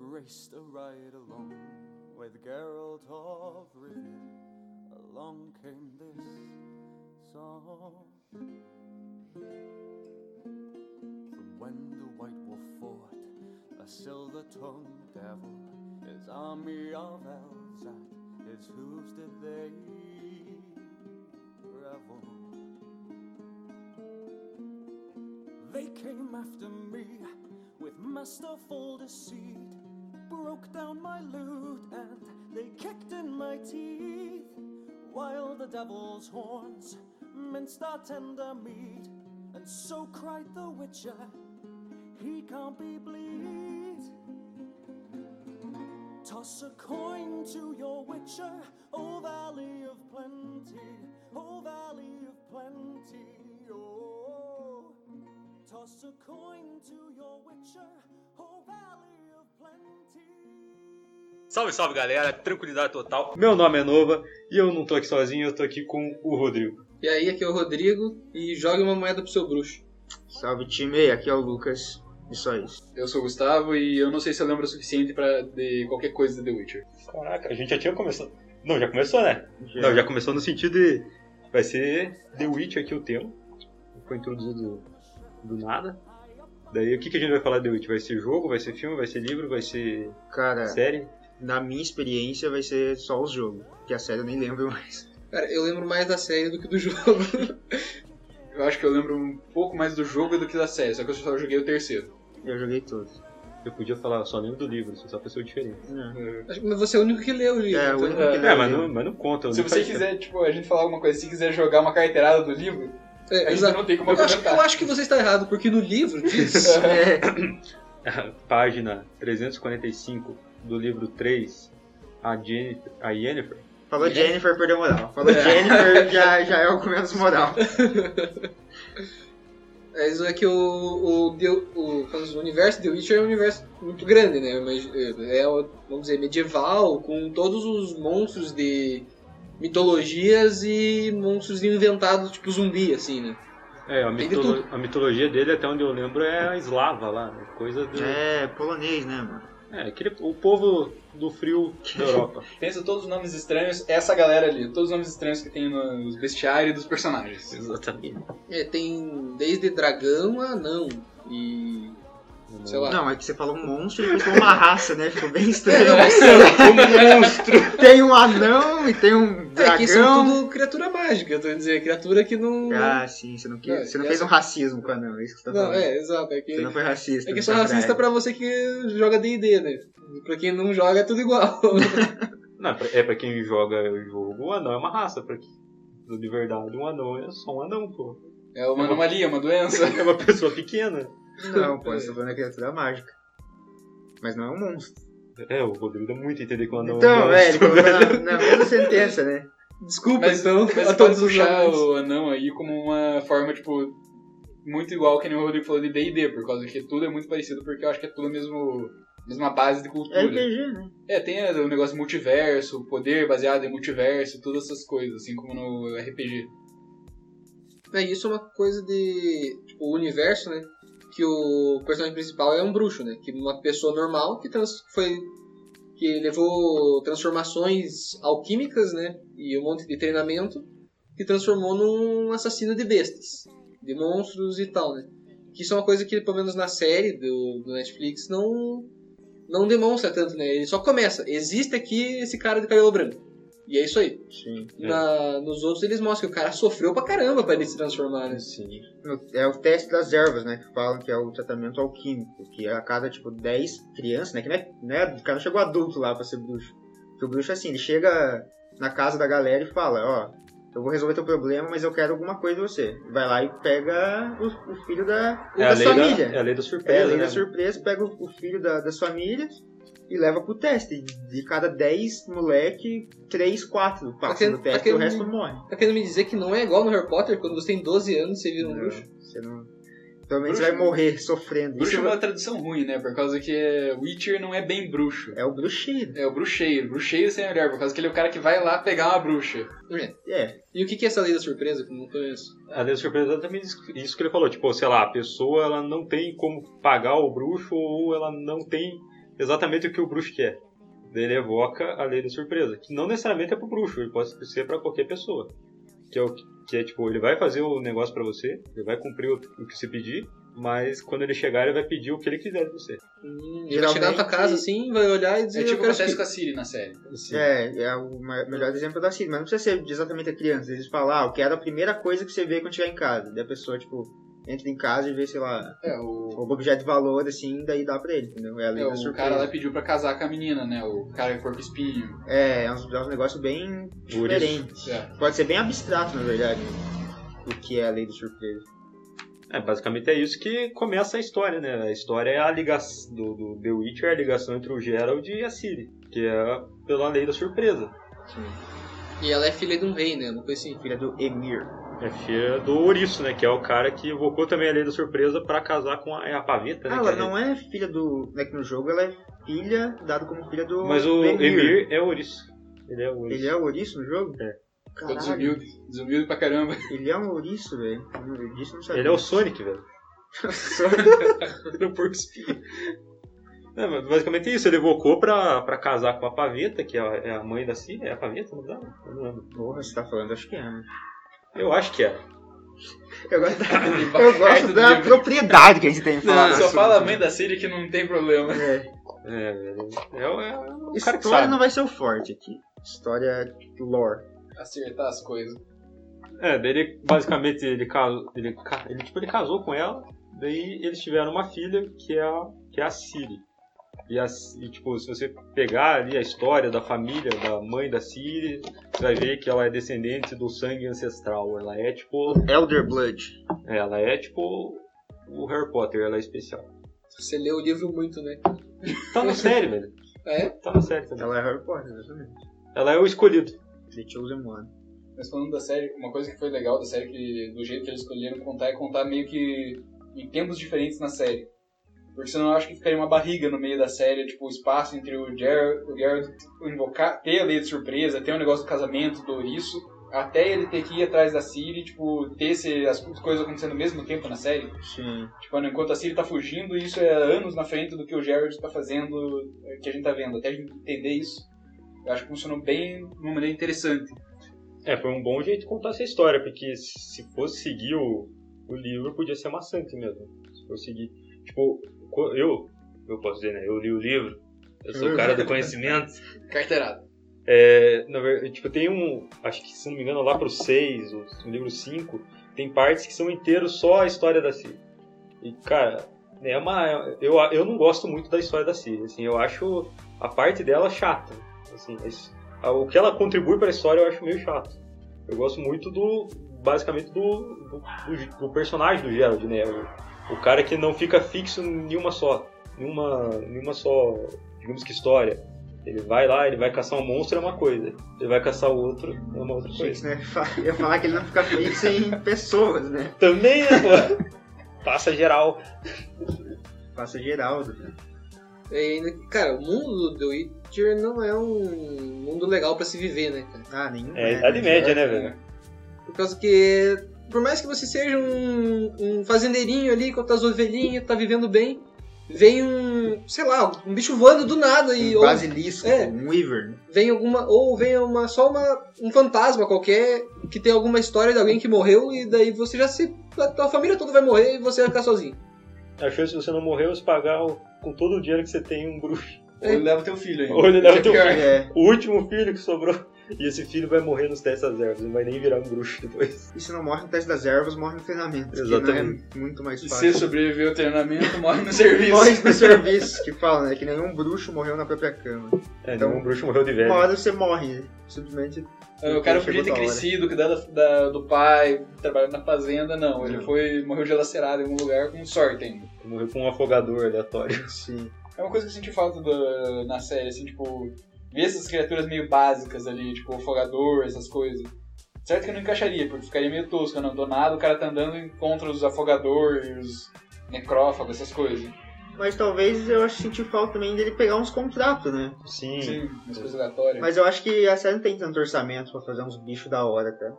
raced a ride along with Geralt of Rivia. Along came this song. From when the White Wolf fought a silver-tongued devil, his army of elves at his hooves did they revel. They came after me with masterful deceit, broke down my loot, and they kicked in my teeth. While the devil's horns minced our tender meat, and so cried the witcher, he can't be bleed. Toss a coin to your witcher, O Valley of Plenty, O Valley of Plenty, oh. Toss a coin to your witcher, O Valley of Plenty. Salve, salve galera, tranquilidade total. Meu nome é Nova e eu não tô aqui sozinho, eu tô aqui com o Rodrigo. E aí, aqui é o Rodrigo e jogue uma moeda pro seu bruxo. Salve time, aqui é o Lucas. E só isso. Eu sou o Gustavo e eu não sei se eu lembro o suficiente pra de qualquer coisa de The Witcher. Caraca, a gente já tinha começado. Não, já começou, né? Não, já começou no sentido de. Vai ser The Witch aqui o tema. Foi introduzido do nada. Daí o que, que a gente vai falar de The Witch? Vai ser jogo, vai ser filme, vai ser livro, vai ser Cara, série? na minha experiência vai ser só os jogos. Que a série eu nem lembro mais. Cara, eu lembro mais da série do que do jogo. Eu acho que eu lembro um pouco mais do jogo do que da série, só que eu só joguei o terceiro. Eu joguei todos. Eu podia falar, eu só lembro do livro, sou só pessoa diferente. É. Acho que você é o único que leu o livro. É, então- o único que É, leu. mas não, mas não conta. eu Se não você faz tempo. quiser, tipo, a gente falar alguma coisa, se quiser jogar uma carteirada do livro, É, a gente exato. não tem como Eu acho, eu argumentar. acho que você está errado, porque no livro diz. É, Página 345 do livro 3, a Jennifer, a Yennefer, É. falou Jennifer, perdeu moral. Falou Jennifer, já, já é algo menos moral. É, isso é que o, o, The- o, como diz, o universo The Witcher é um universo muito grande, né? Mas, é, é, vamos dizer, medieval, com todos os monstros de mitologias e monstros inventados, tipo zumbi, assim, né? É, a, Tem de mitolo- a mitologia dele, até onde eu lembro, é a eslava lá, né? coisa do. É, É, polonês, né, mano? aquele, o povo do frio da Europa. Pensa todos os nomes estranhos, essa galera ali, todos os nomes estranhos que tem nos bestiários dos personagens. Exatamente. É, tem desde dragão a anão e... sei lá. Não, é que você falou um monstro e depois falou uma raça, né? Ficou bem estranho. É. monstro! Tem um anão e tem um É que são dragão. tudo criatura mágica, eu tô dizer, criatura que não... Ah, sim, você não, quis, Não, você não e fez essa- um racismo com o anão, é isso que você tá não, falando. é, exato, é que... Você não tá foi racista. É que não sou foi racista pra você que joga D&D, né? Pra quem não joga é tudo igual. Não, é pra- é pra quem joga o jogo, o anão é uma raça. Pra quem... De verdade, um anão é só um anão, pô. É uma anomalia, uma doença. É uma pessoa pequena. Não, É. pô, você tá falando da criatura mágica. Mas não é um monstro. É, o Rodrigo dá muito a entender que o anão é um Então, monstro, velho, colocou velho. na, na mesma sentença, né? Desculpa, Mas, então, mas a você todos pode os puxar jogos. o anão aí como uma forma, tipo, muito igual que nem o Rodrigo falou de D&D, por causa que tudo é muito parecido, porque eu acho que é tudo a mesmo, mesma base de É cultura. RPG, né? É, tem é, o negócio multiverso, poder baseado em multiverso, todas essas coisas, assim como no RPG. É, isso é uma coisa de. Tipo, o universo, né? Que o personagem principal é um bruxo, né? Que uma pessoa normal que trans, foi. que levou transformações alquímicas, né? E um monte de treinamento que transformou num assassino de bestas, de monstros e tal, né? Que isso é uma coisa que, pelo menos na série do, do Netflix, não. não demonstra tanto, né? Ele só começa. Existe aqui esse cara de cabelo branco. E é isso aí. Sim. É. Na- nos outros eles mostram que o cara sofreu pra caramba pra ele se transformar, né? Sim. No- É o teste das ervas, né? Que falam que é o tratamento alquímico. Que a cada, tipo, 10 crianças, né? Que não é, não é- o cara não chegou adulto lá pra ser bruxo. Porque o bruxo, assim, ele chega na casa da galera e fala, ó, eu vou resolver teu problema, mas eu quero alguma coisa de você. Vai lá e pega o, o filho da, É a, da lei da, família. é a lei da surpresa. É, além né? da surpresa, pega o o filho da, das famílias e leva pro teste. E De cada 10 moleque, 3, 4 passam Aquele- no teste aquele- e o resto morre. Tá querendo me dizer que não é igual no Harry Potter, quando você tem 12 anos você vira um bruxo? Você não. Pelo menos é, Bruxo- vai morrer sofrendo. Bruxo é Isso uma tradução ruim, né? Por causa que é- Witcher não é bem bruxo. é o bruxeiro. É o bruxeiro. Bruxeiro sem olhar, por causa que ele é o cara que vai lá pegar uma bruxa. É, E o que que é essa lei da surpresa que eu não conheço? A lei da surpresa é exatamente isso- isso que ele falou. Tipo, sei lá, a pessoa ela não tem como pagar o bruxo ou ela não tem exatamente o que o bruxo quer. Daí ele evoca a lei da surpresa, que não necessariamente é pro bruxo, ele pode ser pra qualquer pessoa. Que é o que, que é tipo, ele vai fazer o negócio pra você, ele vai cumprir o, o que se pedir, mas quando ele chegar ele vai pedir o que ele quiser de você. Hum, ele vai chegar na tua Geralmente- casa assim, vai olhar e dizer. É tipo o eu que quero acontece isso com a Siri na série. É, é o ma- melhor exemplo da Siri, mas não precisa ser exatamente a criança. Eles falam, ah, eu quero a primeira coisa que você vê quando chegar em casa. Daí a pessoa, tipo, entra em casa e vê, sei lá, É, o, algum objeto de valor, assim, daí dá pra ele, entendeu? É a lei é, da o surpresa. cara lá pediu pra casar com a menina, né? O cara que foi pro espinho. É, é um, é um negócio bem Por isso. diferente. É. Pode ser bem abstrato, na verdade, o que é a lei da surpresa. É, basicamente é isso que começa a história, né? A história é a ligação do, do The Witcher, é a ligação entre o Gerald e a Ciri, que é pela lei da surpresa. E ela é filha de um rei, né? Não foi assim. assim, Filha do Emir. É filha do Ouriço, né? Que é o cara que evocou também a lei da surpresa pra casar com a, é a Paveta, né? Ah, que ela é- não é filha do. Né, que no jogo ela é filha, dado como filha do. Mas é o do Emir é Ouriço. Ele é Ouriço. Ele é o ouriço no jogo? É. Ficou Caralho, desumilde. Desumilde pra caramba. ele é um ouriço, velho. Eu disso não sabia. Ele é o Sonic, velho. No porco espinho. É, mas basicamente é isso, ele evocou pra, pra casar com a Paveta, que é a, é a mãe da Ciri. É a Paveta, não dá? Eu não lembro. Porra, você tá falando, acho que é. né? Eu acho que é. Eu gosto da, Embaixo eu gosto do da livro. propriedade que a gente tem em falar. Não, do só assunto. fala a mãe da Siri que não tem problema. É. É, velho. É, o- é o cara que História sabe. não vai ser o forte aqui. História tipo, lore. Acertar as coisas. É, daí ele basicamente ele casou, ele, ca- ele, tipo, ele casou com ela, daí eles tiveram uma filha que é a, que é a Ciri. E, a, e, tipo, se você pegar ali a história da família, da mãe da Ciri, você vai ver que ela é descendente do sangue ancestral. Ela é tipo. Elder Blood. Ela é tipo o Harry Potter, ela é especial. Você lê o livro muito, né? Tá na série, velho. É? Tá na série também. Ela é Harry Potter, exatamente. Ela é o escolhido. The Chosen One. Mas falando da série, uma coisa que foi legal da série, que do jeito que eles escolheram contar, é contar meio que em tempos diferentes na série. Porque senão eu acho que ficaria uma barriga no meio da série, tipo, o espaço entre o Ger- o Geralt invocar, ter a lei de surpresa, ter o negócio do casamento, do isso, até ele ter que ir atrás da Ciri, tipo, ter esse, as coisas acontecendo ao mesmo tempo na série. Sim. Tipo, enquanto a Ciri tá fugindo, isso é anos na frente do que o Geralt tá fazendo, é, que a gente tá vendo. Até a gente entender isso, eu acho que funcionou bem de uma maneira interessante. É, foi um bom jeito de contar essa história, porque se fosse seguir o, o livro, podia ser maçante mesmo. Se fosse seguir. Tipo, co- eu, eu posso dizer, né? Eu li o livro, eu sou o cara do conhecimento. Carteirada. É, na verdade, tipo, tem um. Acho que, se não me engano, lá pro 6, o- no livro 5, tem partes que são inteiros só a história da Ciri. E, cara, é uma. Eu, eu não gosto muito da história da Ciri, assim, eu acho a parte dela chata. Assim, mas a- o que ela contribui para a história eu acho meio chato. Eu gosto muito do. basicamente do. do, do- do personagem do Gerald, né? O, o cara que não fica fixo em nenhuma só. Nenhuma, nenhuma só. digamos que história. Ele vai lá, ele vai caçar um monstro é uma coisa. Ele vai caçar o outro é uma outra coisa. Gente, né? Eu ia falar que ele não fica fixo em pessoas, né? Também, né, pô? Passa geral. Passa Geraldo. E ainda, cara, o mundo do The Witcher não é um mundo legal pra se viver, né, cara? Ah, nenhum. É né? Idade Média, né, velho? Por causa que, por mais que você seja um, um fazendeirinho ali com as tuas ovelhinhas, tá vivendo bem, vem um, sei lá, um bicho voando do nada e Um ou basilisco, É. um Weaver. né? vem alguma ou vem uma só uma um fantasma qualquer que tem alguma história de alguém que morreu e daí você já se a tua família toda vai morrer e você vai ficar sozinho. A chance de você não morrer é você pagar o- com todo o dinheiro que você tem um bruxo. Ou ele leva teu filho ainda. Ou ele leva Isso é teu pior. É, O último filho que sobrou. E esse filho vai morrer nos dessas ervas, não vai nem virar um bruxo depois. e se não morre no teste das ervas, morre no treinamento. que Exatamente. não é muito mais Se você fácil. sobreviver ao treinamento, morre no serviço. Morre no serviço, que fala, né? Que nenhum bruxo morreu na própria cama. É, Então, nenhum bruxo morreu de velho. Uma hora você morre, né? simplesmente. É, O cara podia Chegou ter da hora. crescido, cuidado da- da- do pai, trabalhando na fazenda, não. Ele foi, morreu gelacerado em algum lugar com sorte ainda. Morreu com um afogador aleatório. Sim. É uma coisa que eu senti falta da- na série, assim, tipo, ver essas criaturas meio básicas ali, tipo, o afogador, essas coisas. Certo que eu não encaixaria, porque ficaria meio tosco, não do nada, o cara tá andando e encontra os afogadores, os necrófagos, essas coisas. Mas talvez eu acho que senti falta também dele pegar uns contratos, né? Sim. Sim, umas coisas aleatórias. Mas eu acho que a série não tem tanto orçamento pra fazer uns bichos da hora, cara.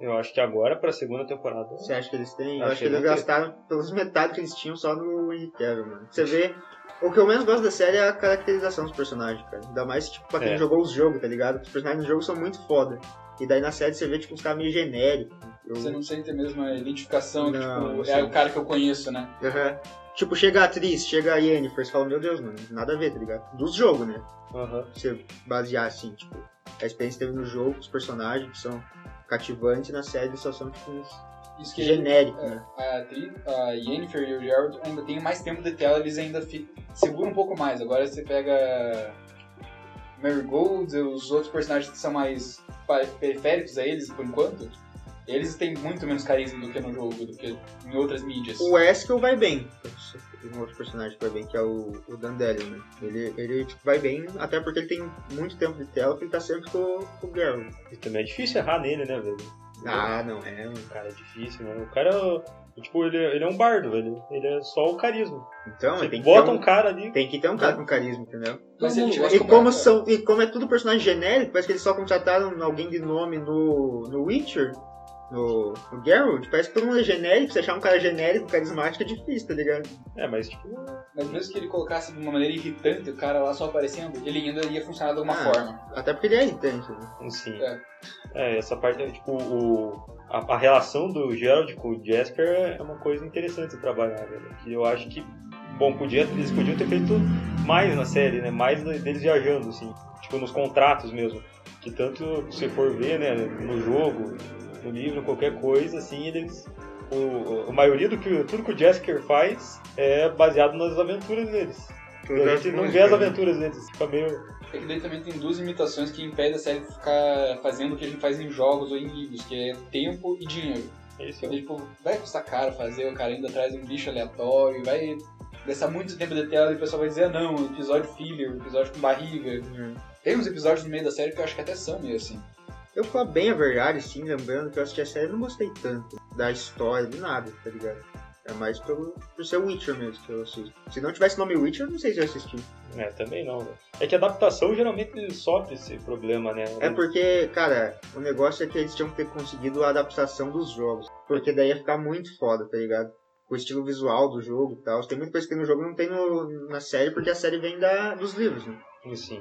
Eu acho que agora, pra segunda temporada. Você acha que eles têm? Acho Eu acho, que que eles não tem. gastaram pelos metade que eles tinham só no Henry Cavill, mano. Você vê. O que eu menos gosto da série é a caracterização dos personagens, cara. Ainda mais, tipo, pra quem É. jogou os jogos, tá ligado? Os personagens do jogo são muito foda. E daí na série você vê, tipo, uns caras meio genéricos. Eu- Você não sente a mesma identificação, que, Não, tipo, não é sei. o cara que eu conheço, né? Aham. Tipo, chega a atriz, chega a Yennefer, você fala, meu Deus, mano, nada a ver, tá ligado? Dos jogos, né? Aham. Você basear, assim, tipo, a experiência que teve no jogo, os personagens que são cativantes, e na série eles só são, tipo, uns Isso que genéricos, É, né? a atriz, a Yennefer e o Gerald ainda tem mais tempo de tela, eles ainda fi- seguram um pouco mais. Agora você pega Mary Gold, os outros personagens que são mais pa- periféricos a eles, por enquanto, eles têm muito menos carisma do que no jogo, do que em outras mídias. O Eskel vai bem. Tem um outro personagem que vai bem, que é o, o Dandelion, né? Ele, ele tipo, vai bem, até porque ele tem muito tempo de tela, porque ele tá sempre com, com o Girl. E também é difícil errar nele, né, velho? Ah, não, é. mano. Cara, é difícil, mano. O cara, tipo, ele, ele é um bardo, velho. Ele é só o carisma. Então, Você tem que, ter bota um, um cara ali. tem que ter um cara com carisma, entendeu? Mas se ele tivesse E com como, barba- são, e como é tudo personagem genérico, parece que eles só contrataram alguém de nome no, no Witcher, no, no Geralt, parece que todo mundo é genérico, você achar um cara genérico, carismático é difícil, tá ligado? É, mas, tipo, Mas mesmo que ele colocasse de uma maneira irritante o cara lá só aparecendo, ele ainda ia funcionar de alguma Ah. forma. Até porque ele é irritante, né? Sim. É. É. essa parte, é, tipo, o, a, a relação do Gerald com o Jasper é uma coisa interessante de trabalhar, velho. Que eu acho que, bom, podia, eles podiam ter feito mais na série, né? Mais da- deles viajando, assim. Tipo, nos contratos mesmo. Que tanto, se for ver, né, no jogo, no livro, qualquer coisa, assim, eles... O, a maioria do que tudo que o Jasper faz é baseado nas aventuras deles. E a gente não é. vê as aventuras deles, fica meio. É que daí também tem duas limitações que impedem a série de ficar fazendo o que a gente faz em jogos ou em livros, que é tempo e dinheiro. É isso Então, tipo, vai custar caro fazer, o cara ainda traz um bicho aleatório, vai gastar muito tempo de tela e o pessoal vai dizer, ah não, episódio filler, episódio com barriga. É. Tem uns episódios no meio da série que eu acho que até são meio assim. Eu falo bem a verdade, sim, lembrando que eu assisti a série e não gostei tanto da história, de nada, tá ligado? É mais pelo, por ser Witcher mesmo que eu assisto. Se não tivesse nome Witcher, eu não sei se eu assisti. É, também não. velho. É que a adaptação geralmente sofre esse problema, né? É porque, cara, o negócio é que eles tinham que ter conseguido a adaptação dos jogos. Porque daí ia ficar muito foda, tá ligado? O estilo visual do jogo e tal. Tem muita coisa que no jogo não tem no- na série, porque a série vem da, dos livros, né? Assim.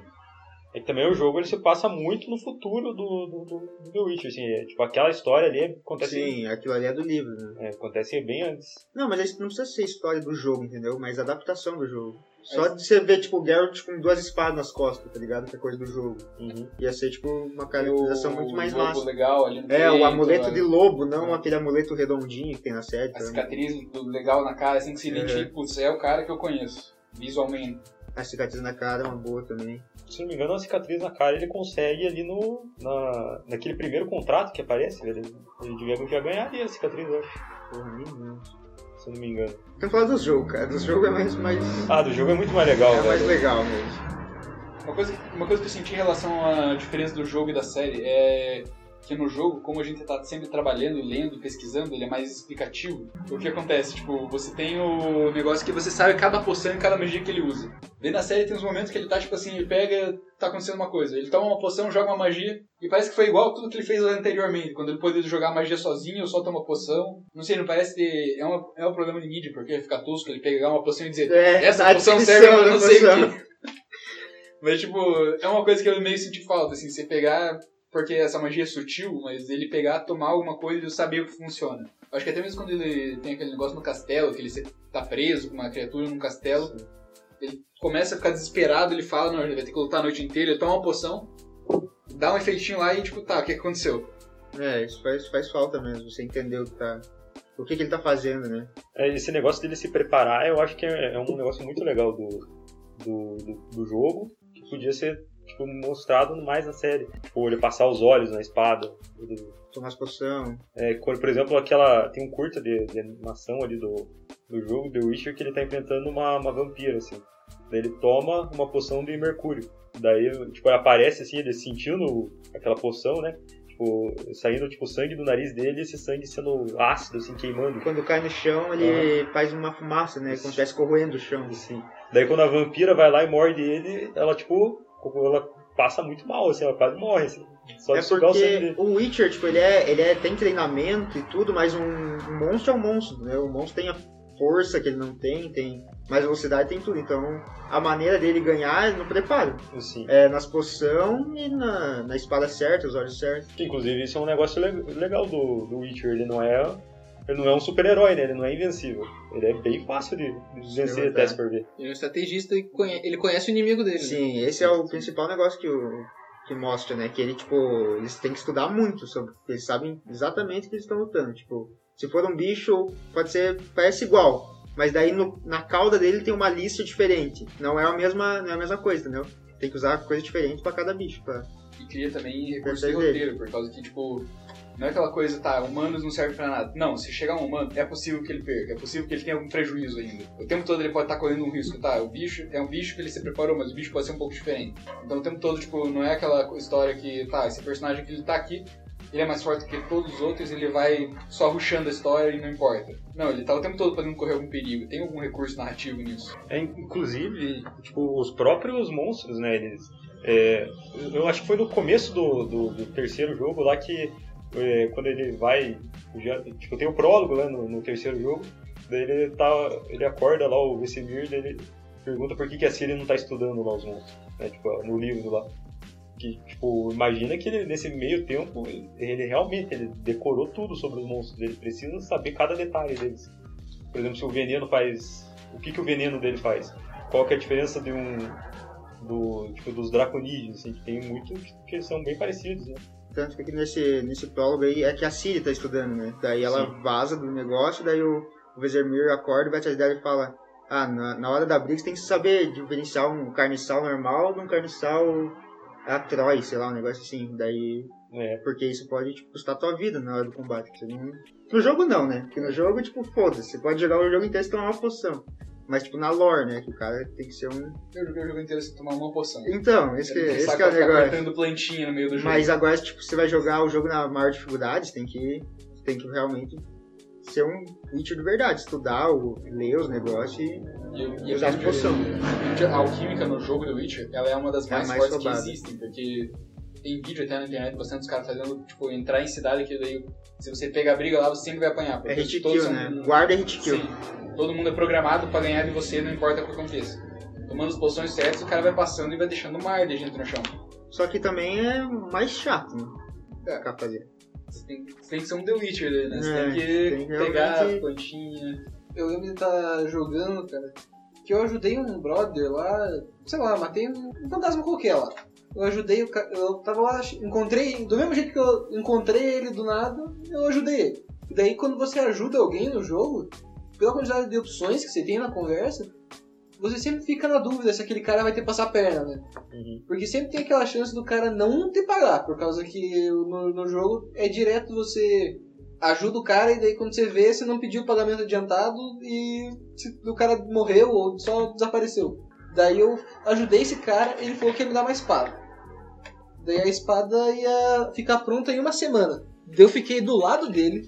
É que também o jogo ele se passa muito no futuro do, do, do, do The Witcher, assim. é, tipo, aquela história ali acontece, Sim, aquilo ali é do livro, né? é, acontece bem antes. Não, mas isso não precisa ser história do jogo, entendeu? Mas a adaptação do jogo. Só de você ver, tipo, o Geralt com duas espadas nas costas, tá ligado? Que é coisa do jogo. Ia ser, tipo, uma caracterização Uhum. E o muito mais logo massa. legal ali no É, o peito, amuleto a- de lobo, Uhum. não aquele amuleto redondinho que tem na série. A tá? cicatriz do legal na cara, assim, que se Uhum. identifica, putz, é o cara que eu conheço, visualmente. A cicatriz na cara é uma boa também. Se não me engano, a cicatriz na cara ele consegue ali no. Na, naquele primeiro contrato que aparece, velho. Ele devia já ganharia a cicatriz, eu acho, Porra, nem não. se eu não me engano. Estamos falando dos jogos, cara. Dos jogos é mais. mais... Ah, do jogo é muito mais legal, é velho. mais legal mesmo. Uma coisa, uma coisa que eu senti em relação à diferença do jogo e da série é que no jogo, como a gente tá sempre trabalhando, lendo, pesquisando, ele é mais explicativo. O que acontece? Tipo, você tem o negócio que você sabe cada poção e cada magia que ele usa. Daí na série tem uns momentos que ele tá, tipo assim, ele pega, tá acontecendo uma coisa. Ele toma uma poção, joga uma magia, e parece que foi igual tudo que ele fez anteriormente. Quando ele poderia jogar a magia sozinho, ou só toma poção. Não sei, não parece que é, uma, é um problema de mídia, porque fica tosco ele pegar uma poção e dizer, É, essa a poção descrição serve pra da não sei poção. o quê. Mas, tipo, é uma coisa que eu meio senti falta, assim, você pegar. Porque essa magia é sutil, mas ele pegar, tomar alguma coisa e saber o que funciona. Acho que até mesmo quando ele tem aquele negócio no castelo, que ele se- tá preso com uma criatura num castelo, ele começa a ficar desesperado, ele fala, não, ele vai ter que lutar a noite inteira, ele toma uma poção, dá um efeitinho lá e, tipo, tá, o que aconteceu? É, isso faz, faz falta mesmo, você entender o que tá. O que, que ele tá fazendo, né? É, Esse negócio dele se preparar, eu acho que é é um negócio muito legal do, do, do, do jogo, que podia ser tipo, mostrado mais na série. Tipo, ele passar os olhos na espada. ele- Tomar as poção. é, quando, por exemplo, aquela. Tem um curta de, de animação ali do, do jogo, The Witcher, que ele tá enfrentando uma, uma vampira, assim. Daí ele toma uma poção de mercúrio. Daí, tipo, aparece assim, ele sentindo aquela poção, né? Tipo, saindo tipo sangue do nariz dele, esse sangue sendo ácido, assim, queimando. Quando cai no chão, ele Tá. faz uma fumaça, né? Como se estivesse corroendo o chão. É Assim. Daí quando a vampira vai lá e morde ele, ela tipo, ela passa muito mal, assim, ela quase morre, assim. Só é de sugar o sangue porque dele. o Witcher, tipo, ele, é, ele é, tem treinamento e tudo, mas um, um monstro é um monstro, né? O monstro tem a força que ele não tem, tem mais velocidade, tem tudo. Então, a maneira dele ganhar é no preparo. Sim. É nas poção e na, na espada certa, os olhos certos. Que, inclusive, isso é um negócio le- legal do, do Witcher. Ele não é. Ele não é um super-herói, né? Ele não é invencível. Ele é bem fácil de de vencer até verdade. se for ver. Ele é um estrategista e conhe- ele conhece o inimigo dele. né? Sim, esse é o principal negócio que o que mostra, né? Que ele, tipo, eles têm que estudar muito sobre, porque eles sabem exatamente o que eles estão lutando. Tipo, se for um bicho, pode ser, parece igual, mas daí no- na cauda dele tem uma lista diferente. Não é a mesma, não é a mesma coisa, entendeu? Tem que usar coisa diferente pra cada bicho, pra... E cria também recurso de Perfeito. roteiro, por causa que, tipo, não é aquela coisa, tá, humanos não servem pra nada. Não, se chegar um humano, é possível que ele perca, é possível que ele tenha algum prejuízo ainda. O tempo todo ele pode estar correndo um risco, tá? O bicho é um bicho que ele se preparou, mas o bicho pode ser um pouco diferente. Então o tempo todo, tipo, não é aquela história que, tá, esse personagem que ele tá aqui, ele é mais forte que todos os outros, ele vai só ruxando a história e não importa. Não, ele tá o tempo todo podendo correr algum perigo, tem algum recurso narrativo nisso. É, inclusive, tipo, os próprios monstros, né? Eles, é, eu acho que foi no começo do, do, do terceiro jogo lá que é, quando ele vai. Já, tipo, tem o prólogo né, no, no terceiro jogo. Daí ele tá. Ele acorda lá o Vesemir, daí ele pergunta por que, que a Ciri não tá estudando lá os monstros, né? Tipo, no livro lá. Que, tipo, imagina que ele, nesse meio tempo, ele realmente ele decorou tudo sobre os monstros. Ele precisa saber cada detalhe deles. Por exemplo, se o veneno faz. O que, que o veneno dele faz? Qual que é a diferença de um. Do, tipo, dos draconídeos, assim, que tem muitos que são bem parecidos, né? Tanto que aqui nesse, nesse prólogo aí é que a Siri tá estudando, né? Daí ela vaza do negócio, daí o, o Vezemir acorda, vai atrás dela e fala: Ah, na, na hora da briga você tem que saber diferenciar um carniçal normal de um carniçal atroz, sei lá, um negócio assim. Daí. É. Porque isso pode tipo, custar tua vida na hora do combate. Você não- No jogo não, né? Porque no jogo, tipo, foda-se, você pode jogar o jogo inteiro e tomar uma poção. Mas, tipo, na lore, né? Que o cara tem que ser um. Eu joguei o jogo inteiro sem tomar uma poção. Então, esse, que- Ele não esse sabe que é o pra ficar negócio. cortando plantinha no meio do jogo. Mas agora, tipo, você vai jogar o jogo na maior dificuldade, você tem que, você tem que realmente ser um Witcher de verdade, estudar, o, ler os negócios e E, usar as poções. A alquímica no jogo do Witcher, ela é uma das É a mais, mais fortes roubada. que existem, porque tem vídeo até na internet, bastante os caras fazendo, tipo, entrar em cidade que daí, se você pegar a briga lá, você sempre vai apanhar. É porque hit todos kill, são- um- né? Guarda é hit kill. Sim, todo mundo é programado pra ganhar de você, não importa o que aconteça. Tomando as poções certas, o cara vai passando e vai deixando uma área de gente no chão. Só que também é mais chato, né? É. Ficar fazendo. Você tem, você tem que ser um The Witcher, ali, né? Você É, tem que tem que pegar realmente- as plantinhas. Eu lembro de estar jogando, cara, que eu ajudei um brother lá, sei lá, matei um um fantasma qualquer lá. Eu ajudei o cara, eu tava lá, encontrei, do mesmo jeito que eu encontrei ele do nada, eu ajudei ele. E daí quando você ajuda alguém no jogo, pela quantidade de opções que você tem na conversa, você sempre fica na dúvida se aquele cara vai ter que passar a perna, né? Uhum. Porque sempre tem aquela chance do cara não te pagar, por causa que no, no jogo é direto você ajuda o cara e daí quando você vê, você não pediu o pagamento adiantado e se- o cara morreu ou só desapareceu. Daí eu ajudei esse cara ele falou que ia me dar uma espada. Daí a espada ia ficar pronta em uma semana. Daí eu fiquei do lado dele,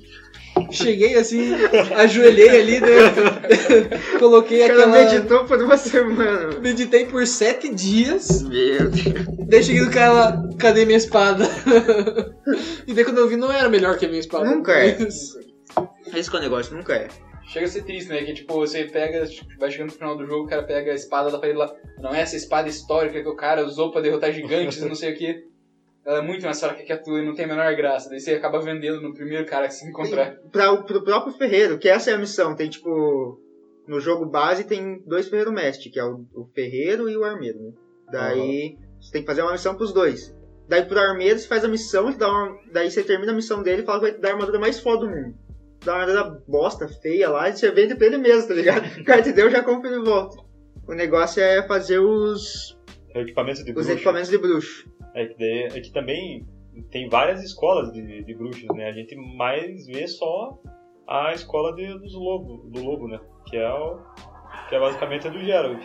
cheguei assim, ajoelhei ali, daí eu coloquei O cara aquela... meditou por uma semana. Meditei por sete dias... Meu Deus. Daí eu cheguei no cara lá, cadê minha espada? e daí quando eu vi, não era melhor que a minha espada. Nunca é. Mas- Esse que é o negócio, nunca é. Chega a ser triste, né? Que tipo, você pega, vai chegando no final do jogo, o cara pega a espada da parede lá. Não é essa espada histórica que o cara usou pra derrotar gigantes e não sei o que. Ela é muito mais fraca que a tua e não tem a menor graça. Daí você acaba vendendo no primeiro cara que se encontrar. Pra, o- pro próprio ferreiro, que essa é a missão. Tem, tipo... No jogo base tem dois ferreiro mestre, que é o, o ferreiro e o armeiro, né? Daí você tem que fazer uma missão pros dois. Daí pro armeiro você faz a missão, te dá uma- daí você termina a missão dele e fala que vai te dar a armadura mais foda do mundo. Dá uma armadura bosta, feia lá, e você vende pra ele mesmo, tá ligado? O cara te deu, já compra e volta. O negócio é fazer os, É equipamentos de os bruxo. equipamentos de bruxo. É, que daí- é que também tem várias escolas de, de bruxos, né? A gente mais vê só a escola de, dos lobo, do lobo, né? Que é, o, que é basicamente a do Geralt.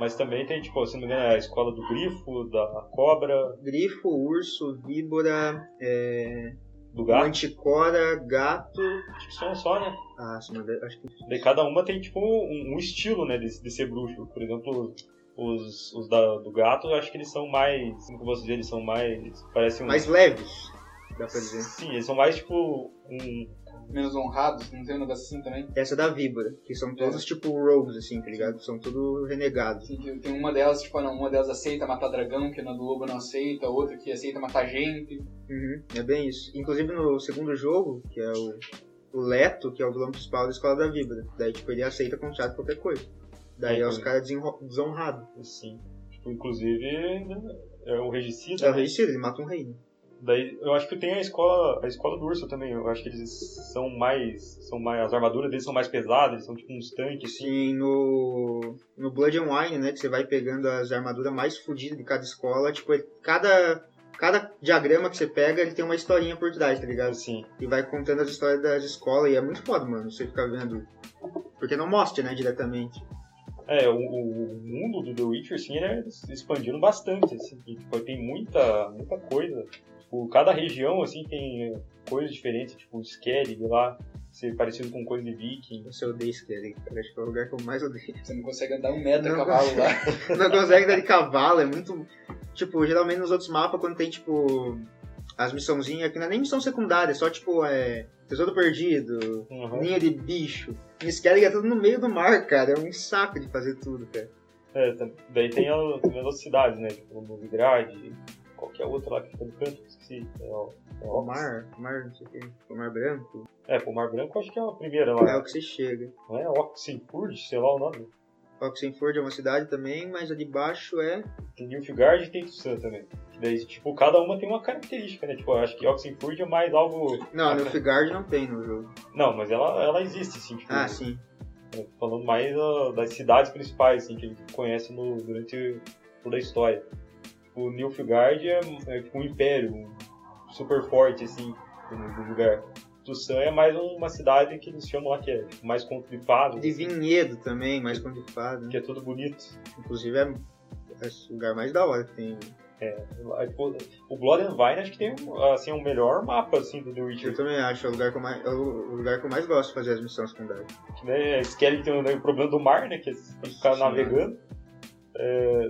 Mas também tem, tipo, se não me engano, a escola do grifo, da cobra, Grifo, urso, víbora, é, do gato. manticora, gato... Acho que são só, né? Ah, se não me engano, acho que Daí cada uma tem, tipo, um, um estilo, né, de, de ser bruxo. Por exemplo, Os, os da- do gato, eu acho que eles são mais. Como que eu posso dizer? Eles são mais. Parecem um. Mais leves, dá pra dizer. Sim, eles são mais tipo. Um, Menos honrados, não tem um negócio assim também? Essa é da Víbora, que são todos tipo rogues, assim, tá ligado? São tudo renegados. Assim, que tem uma delas, tipo, não, uma delas aceita matar dragão, que na do lobo não aceita, outra que aceita matar gente. Uhum, é bem isso. Inclusive no segundo jogo, que é o, o Leto, que é o vilão principal da escola da Vibra. Daí, tipo, ele aceita contrato qualquer coisa. Daí é os caras desenro- desonrados. assim, tipo, inclusive. É um regicida. É o né? rei Ciro, ele mata um rei. né? Daí, eu acho que tem a escola, a escola do urso também. Eu acho que eles são mais, são mais, as armaduras deles são mais pesadas, eles são tipo uns tanques. Assim. Sim, no, no Blood and Wine, né, que você vai pegando as armaduras mais fodidas de cada escola, tipo, é- cada, cada diagrama que você pega, ele tem uma historinha por trás, tá ligado? Assim, E vai contando as histórias das escolas, e é muito foda, mano, você ficar vendo. Porque não mostra, né, diretamente. é, o, o- o mundo do The Witcher, assim, ele é expandindo bastante, assim. E, tipo, tem muita, muita coisa. Tipo, cada região, assim, tem é, coisas diferentes, tipo, o Skellig lá, ser parecido com coisa de viking. Você odeia Skellig, cara, acho que é o lugar que eu mais odeio. Você não consegue andar um metro a Não cavalo lá. não consegue dar de cavalo, é muito. Tipo, geralmente nos outros mapas, quando tem, tipo, as missãozinhas, que não é nem missão secundária, é só, tipo, é. Tesouro perdido, Uhum. linha de bicho. E Skellig é tudo no meio do mar, cara. É um saco de fazer tudo, cara. É, tá- daí tem a- tem as outras cidades, né? Tipo, Novigrad, qualquer outra lá que fica no canto, esqueci. É, o, é, O o, mar, o mar, não sei o quê. O mar branco. é, pô, Mar Branco acho que é a primeira lá. É o que você chega. Não é Oxenford, sei lá o nome. Oxenford é uma cidade também, mas a de baixo é. Tem Nilfgaard e tem Tsusan também. Que daí, tipo, cada uma tem uma característica, né? Tipo, eu acho que Oxenford é mais algo... Não, a Nilfgaard não tem no jogo. Não, mas ela, ela existe, assim. Tipo, Ah, sim. eu tô falando mais ah, das cidades principais, assim, que ele conhece no, durante toda a história. O Nilfgaard é, é tipo um império um super forte, assim, no, no lugar. Tsusan é mais uma cidade que eles chamam lá que é tipo, mais contripado, De vinhedo também, mais condifado. que é Né? tudo bonito. Inclusive é, é o lugar mais da hora que tem. Aí, tipo, O Blood and Vine acho que tem assim, o melhor mapa assim, do The Witcher. Eu também acho, é o lugar que eu mais, é o o lugar que eu mais gosto de fazer as missões secundárias. né? Skelly tem o né, o problema do mar, né? Que você tem que ficar Sim. navegando. É,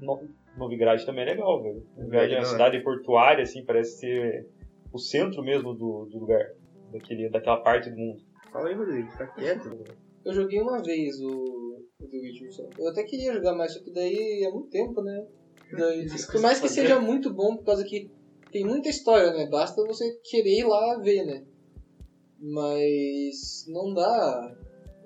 no, Novigrad também é legal, velho. Novigrad é Legal, uma né? cidade portuária, assim, parece ser o centro mesmo do, do lugar. Daquele, daquela parte do mundo. Fala aí, Rodrigo, tá quieto? Eu joguei uma vez o, o The Witcher só. Eu até queria jogar mais, só que daí é muito tempo, né? Daí, por mais que fazer. seja muito bom, por causa que tem muita história, né? Basta você querer ir lá ver, né? Mas não dá.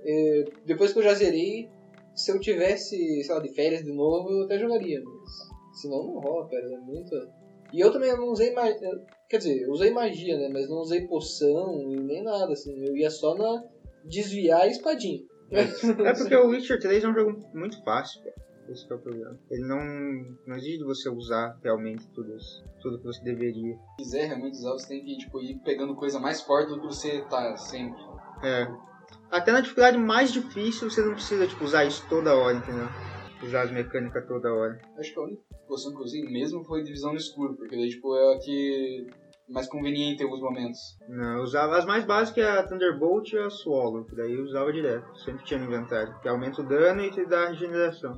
É, depois que eu já zerei, se eu tivesse, sei lá, de férias de novo, eu até jogaria, mas senão não rola, cara, é muita. E eu também não usei mais. Quer dizer, eu usei magia, né? Mas não usei poção e nem nada, assim. Eu ia só na desviar a espadinha. É porque o Witcher 3 é um jogo muito fácil, cara. Esse que é o problema. Ele não, não exige de você usar realmente tudo, isso, tudo que você deveria. Se quiser realmente usar, você tem que tipo, ir pegando coisa mais forte do que você tá sempre. É. Até na dificuldade mais difícil você não precisa tipo, usar isso toda hora, entendeu? Usar as mecânicas toda hora. Acho que a única poção que eu usei mesmo foi divisão no escuro, porque daí tipo, é a que mais conveniente em alguns momentos. Não, eu usava as mais básicas é a Thunderbolt e a Swallow, que daí eu usava direto. Sempre tinha no inventário. Que aumenta o dano e te dá regeneração.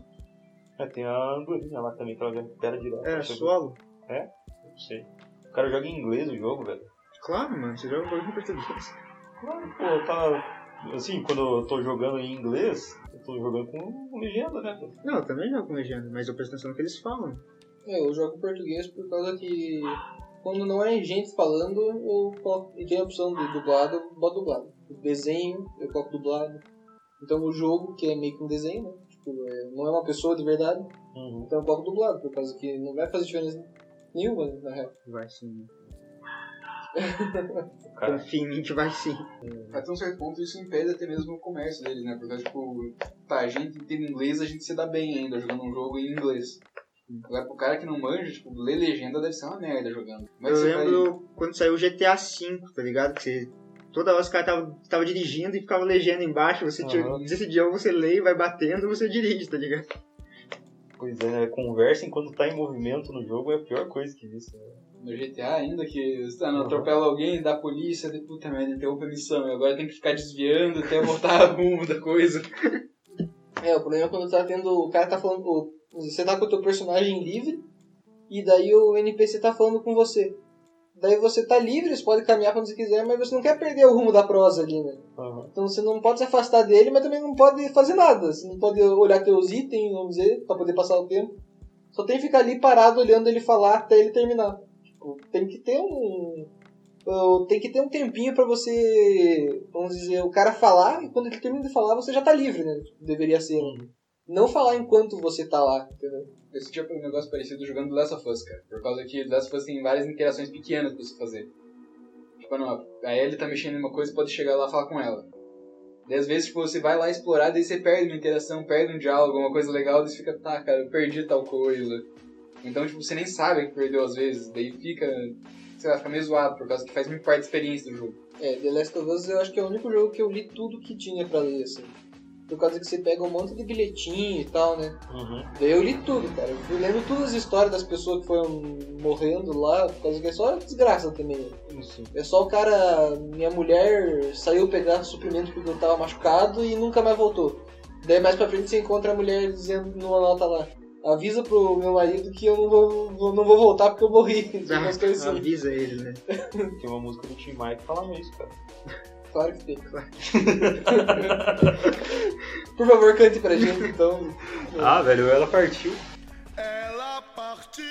É, tem a andorinha lá também, que ela recupera direto. É, Acho que- Swallow? Não sei. O cara joga em inglês o jogo, velho. Claro, mano, você joga um pouquinho em português. Claro, pô, tá. Assim, quando eu tô jogando em inglês, eu tô jogando com, com legenda, né? Não, eu também jogo com legenda, mas eu presto atenção no que eles falam. É, eu jogo português por causa que quando não é gente falando, eu coloco, e tem a opção de dublado, eu boto dublado. O desenho, eu coloco dublado. Então o jogo, que é meio que um desenho, né? Tipo, é, não é uma pessoa de verdade, Uhum. então eu coloco dublado, por causa que não vai fazer diferença nenhuma, né, na real. Vai sim. Cara. Confia em mim que vai sim. Até um certo ponto isso impede até mesmo o comércio deles, né? Porque tipo, tá, a gente entende inglês, a gente se dá bem ainda jogando um jogo em inglês. Agora pro cara que não manja, tipo, ler legenda deve ser uma merda jogando. Como é que eu você vai... lembro quando saiu o GTA V, tá ligado? Que você, toda hora os caras tava, tava dirigindo e ficava legenda embaixo. Você tinha, Aham. decidiu, você lê e vai batendo, você dirige, tá ligado? Pois é, né? Conversa enquanto tá em movimento no jogo é a pior coisa que existe. né? No GTA ainda, que você tá, não, Uhum. atropela alguém, dá a polícia, de puta merda, interrompe a missão. E agora tem que ficar desviando até voltar a rumo da coisa. É, o problema é quando tá tendo. O cara tá falando. o- Você tá com o teu personagem livre, e daí o NPC tá falando com você. Daí você tá livre, você pode caminhar pra onde você quiser, mas você não quer perder o rumo da prosa ali, né? Então você não pode se afastar dele, mas também não pode fazer nada. Você não pode olhar teus itens, vamos dizer, pra poder passar o tempo. Só tem que ficar ali parado olhando ele falar até ele terminar. Tipo, tem que ter um. ou Tem que ter um tempinho pra você, vamos dizer, o cara falar, e quando ele termina de falar, você já tá livre, né? Deveria ser. né? Não falar enquanto você tá lá, entendeu? Eu senti um negócio parecido jogando The Last of Us, cara. Por causa que The Last of Us tem várias interações pequenas pra você fazer. Tipo, não, a Ellie tá mexendo em uma coisa, pode chegar lá e falar com ela. Daí às vezes, tipo, você vai lá explorar, daí você perde uma interação, perde um diálogo, uma coisa legal, daí você fica, tá, cara, eu perdi tal coisa. Então, tipo, você nem sabe que perdeu às vezes, daí fica, sei lá, fica meio zoado, por causa que faz muito parte da experiência do jogo. É, The Last of Us eu acho que é o único jogo que eu li tudo que tinha pra ler, assim. Por causa que você pega um monte de bilhetinho e tal, né? Uhum. Daí eu li tudo, cara. Eu fui lendo todas as histórias das pessoas que foram morrendo lá, por causa que é só desgraça também. né? É só o cara. Minha mulher saiu pegar suprimento porque eu tava machucado e nunca mais voltou. Daí mais pra frente você encontra a mulher dizendo numa nota lá. Avisa pro meu marido que eu não vou, vou- não vou voltar porque eu morri. Tipo, umas coisas assim. avisa ele, né? Tem uma música do Tim Maia que fala isso, cara. Claro que tem. Por favor, cante pra gente então. Ah, velho, ela partiu. Ela partiu,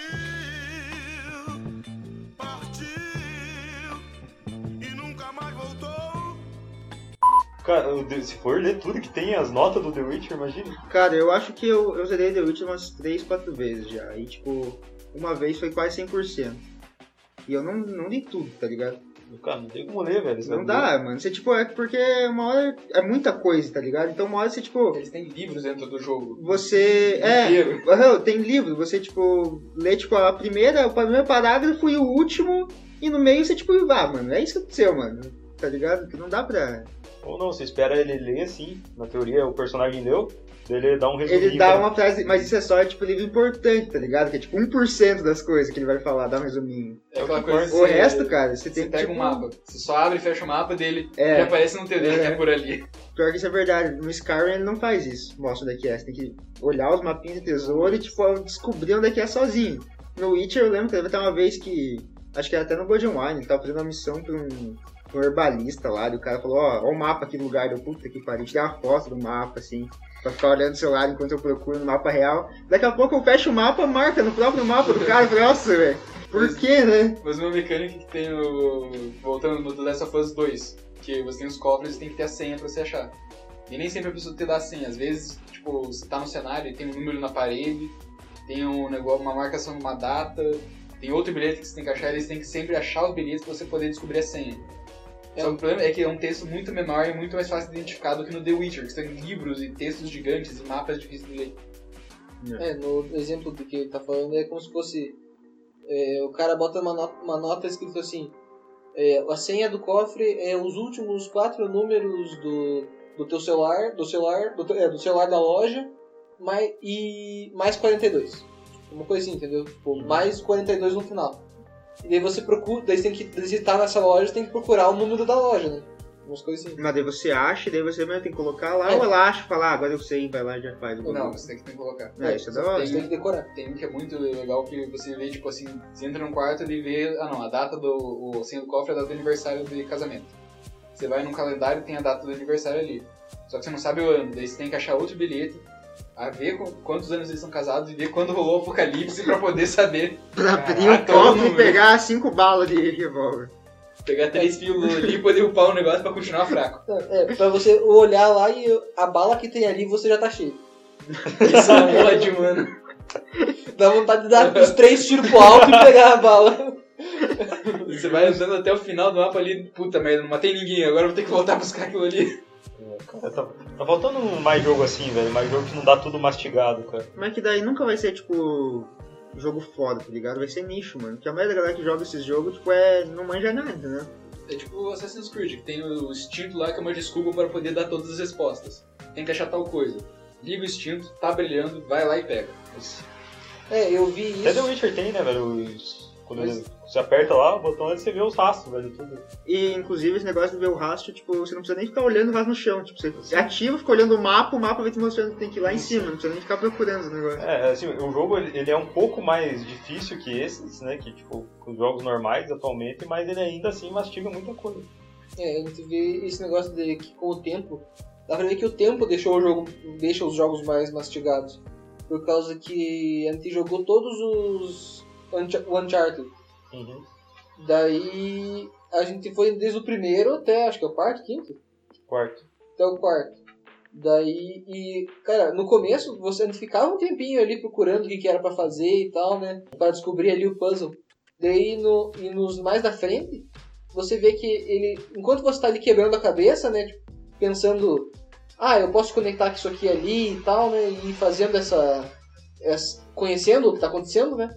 partiu e nunca mais voltou. Cara, eu de- se for ler tudo que tem, as notas do The Witcher, imagina. Cara, eu acho que eu, eu zerei The Witcher umas 3, 4 vezes já. E, tipo, uma vez foi quase 100%. E eu não, não li tudo, tá ligado? Cara, não tem como ler, velho. esse Não bagulho. dá, mano. Você, tipo, é porque uma hora é muita coisa, tá ligado? Então, uma hora você, tipo, Eles têm livros dentro do jogo. você. É. Inteiro. aham, Tem livro, você, tipo, lê, tipo, a primeira, o primeiro parágrafo e o último. E no meio você, tipo, vá, mano. É isso que aconteceu, mano. Tá ligado? Que não dá pra. Ou não, você espera ele ler assim, na teoria o personagem leu, daí ele dá um resuminho. Ele dá pra- uma frase, mas isso é só, tipo, livro importante, tá ligado? Que é tipo 1% das coisas que ele vai falar, dá um resuminho. É aquela que coisa. importa. que O você- resto, cara, você tem Você que. pega tipo, um mapa, você só abre e fecha o mapa dele, É. já aparece no teu dedo que é por ali. Pior que isso é verdade. No Skyrim ele não faz isso. Mostra onde é que é. Você tem que olhar os mapinhas de tesouro e, tipo, descobrir onde é que é sozinho. No Witcher eu lembro que teve até uma vez que. Acho que era até no Golden Wine, ele tava fazendo uma missão pra um, pra um herbalista lá, e o cara falou, ó, ó o mapa aqui do lugar, eu, puta que pariu, tirar uma foto do mapa, assim, pra ficar olhando o celular enquanto eu procuro no mapa real. Daqui a pouco eu fecho o mapa, marca no próprio mapa do cara, eu falei, nossa, velho, por quê, né? Mas uma mecânica que tem no. Voltando no The Last of Us 2, que você tem os cofres e tem que ter a senha pra você achar. E nem sempre a pessoa te dá a senha. Às vezes, tipo, você tá no cenário e tem um número na parede, tem um negócio, uma marcação numa data, tem outro bilhete que você tem que achar, eles têm que sempre achar os bilhetes pra você poder descobrir a senha. Só que o problema é que é um texto muito menor e muito mais fácil de identificar do que no The Witcher, que tem livros e textos gigantes e mapas difíceis de ler. É, no exemplo do que ele tá falando é como se fosse. é, o cara bota uma nota, uma nota escrito assim: é, a senha do cofre é os últimos quatro números do, do teu celular, do celular, do, te- é, do celular da loja, mais, e mais 42. Uma coisa assim, entendeu? Tipo, mais 42 no final. E daí você procura, daí você tem que visitar nessa loja, você tem que procurar o número da loja, né? Umas coisas assim. Mas daí você acha, daí você mesmo tem que colocar lá, É. ou ela acha, fala, ah, agora eu sei, vai lá e já faz. o Não, bagulho. você tem que colocar. É, isso é Ah, da hora. Você tem que decorar. Tem um que é muito legal que você vê, tipo assim, você entra num quarto e vê, ah não, a data do, o senho do cofre é a data do aniversário de casamento. Você vai num calendário e tem a data do aniversário ali. Só que você não sabe o ano, daí você tem que achar outro bilhete, a ver com- quantos anos eles são casados e ver quando rolou o apocalipse pra poder saber. Pra abrir Caraca, o cofre mano. e pegar cinco balas de revólver. Pegar três pílulas ali e poder upar o negócio pra continuar fraco. É, pra você olhar lá e a bala que tem ali você já tá cheio. Isso é mod, mano. Dá vontade de dar os três tiros pro alto e pegar a bala. Você vai andando até o final do mapa ali, puta merda, não matei ninguém, agora eu vou ter que voltar a buscar aquilo ali. Cara, tá, tá faltando um mais jogo assim, velho. Mais jogo que não dá tudo mastigado, cara. Mas é que daí nunca vai ser, tipo, jogo foda, tá ligado? Vai ser nicho, mano. Porque a maioria da galera que joga esses jogos, tipo, é. não manja nada, né? É tipo o Assassin's Creed, que tem o instinto lá que é uma desculpa para poder dar todas as respostas. Tem que achar tal coisa. Liga o instinto, tá brilhando, vai lá e pega. É, eu vi Até The isso. Witcher tem, né, velho? Os- Quando você aperta lá o botão, aí você vê os rastros, velho, tudo. E, inclusive, esse negócio de ver o rastro, tipo, você não precisa nem ficar olhando o rastro no chão. Tipo, você você ativa, fica olhando o mapa, o mapa vai te mostrando que tem que ir lá em cima. Não precisa nem ficar procurando os negócios. É, assim, o jogo ele ele é um pouco mais difícil que esses, né? Que, tipo, os jogos normais atualmente, mas ele ainda assim mastiga muita coisa. É, a gente vê esse negócio de que com o tempo. Dá pra ver que o tempo deixou o jogo, deixa os jogos mais mastigados. Por causa que a gente jogou todos os Unch- o Uncharted. Uhum. Daí a gente foi desde o primeiro até acho que é o quarto, quinto? Quarto. Até o quarto. Daí, e, cara, no começo você a gente ficava um tempinho ali procurando o que, que era pra fazer e tal, né? Pra descobrir ali o puzzle. Daí, no, e nos mais da frente, você vê que ele, enquanto você tá ali quebrando a cabeça, né? tipo, pensando, ah, eu posso conectar com isso aqui e ali e tal, né? E fazendo essa, essa. conhecendo o que tá acontecendo, né?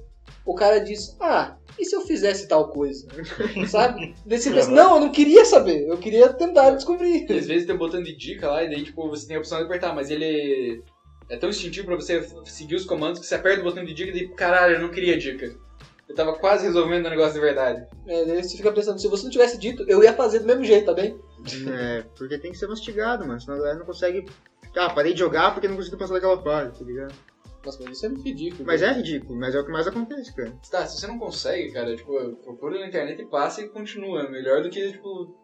O cara diz, ah, e se eu fizesse tal coisa? Sabe? Daí você pensa, Aham. não, eu não queria saber, eu queria tentar descobrir. E às vezes tem um botão de dica lá, e daí tipo, você tem a opção de apertar, mas ele é tão instintivo pra você f- seguir os comandos que você aperta o botão de dica e daí, caralho, eu não queria dica. Eu tava quase resolvendo o negócio de verdade. É, daí você fica pensando, se você não tivesse dito, eu ia fazer do mesmo jeito, tá bem? É, porque tem que ser mastigado, mano. Senão a galera não consegue. Ah, parei de jogar porque não consegui passar daquela fase, tá ligado? Nossa, mas isso é muito ridículo. Mas é ridículo, mas é o que mais acontece, cara. Tá, se você não consegue, cara, tipo, procura na internet e passa e continua. É Melhor do que, tipo,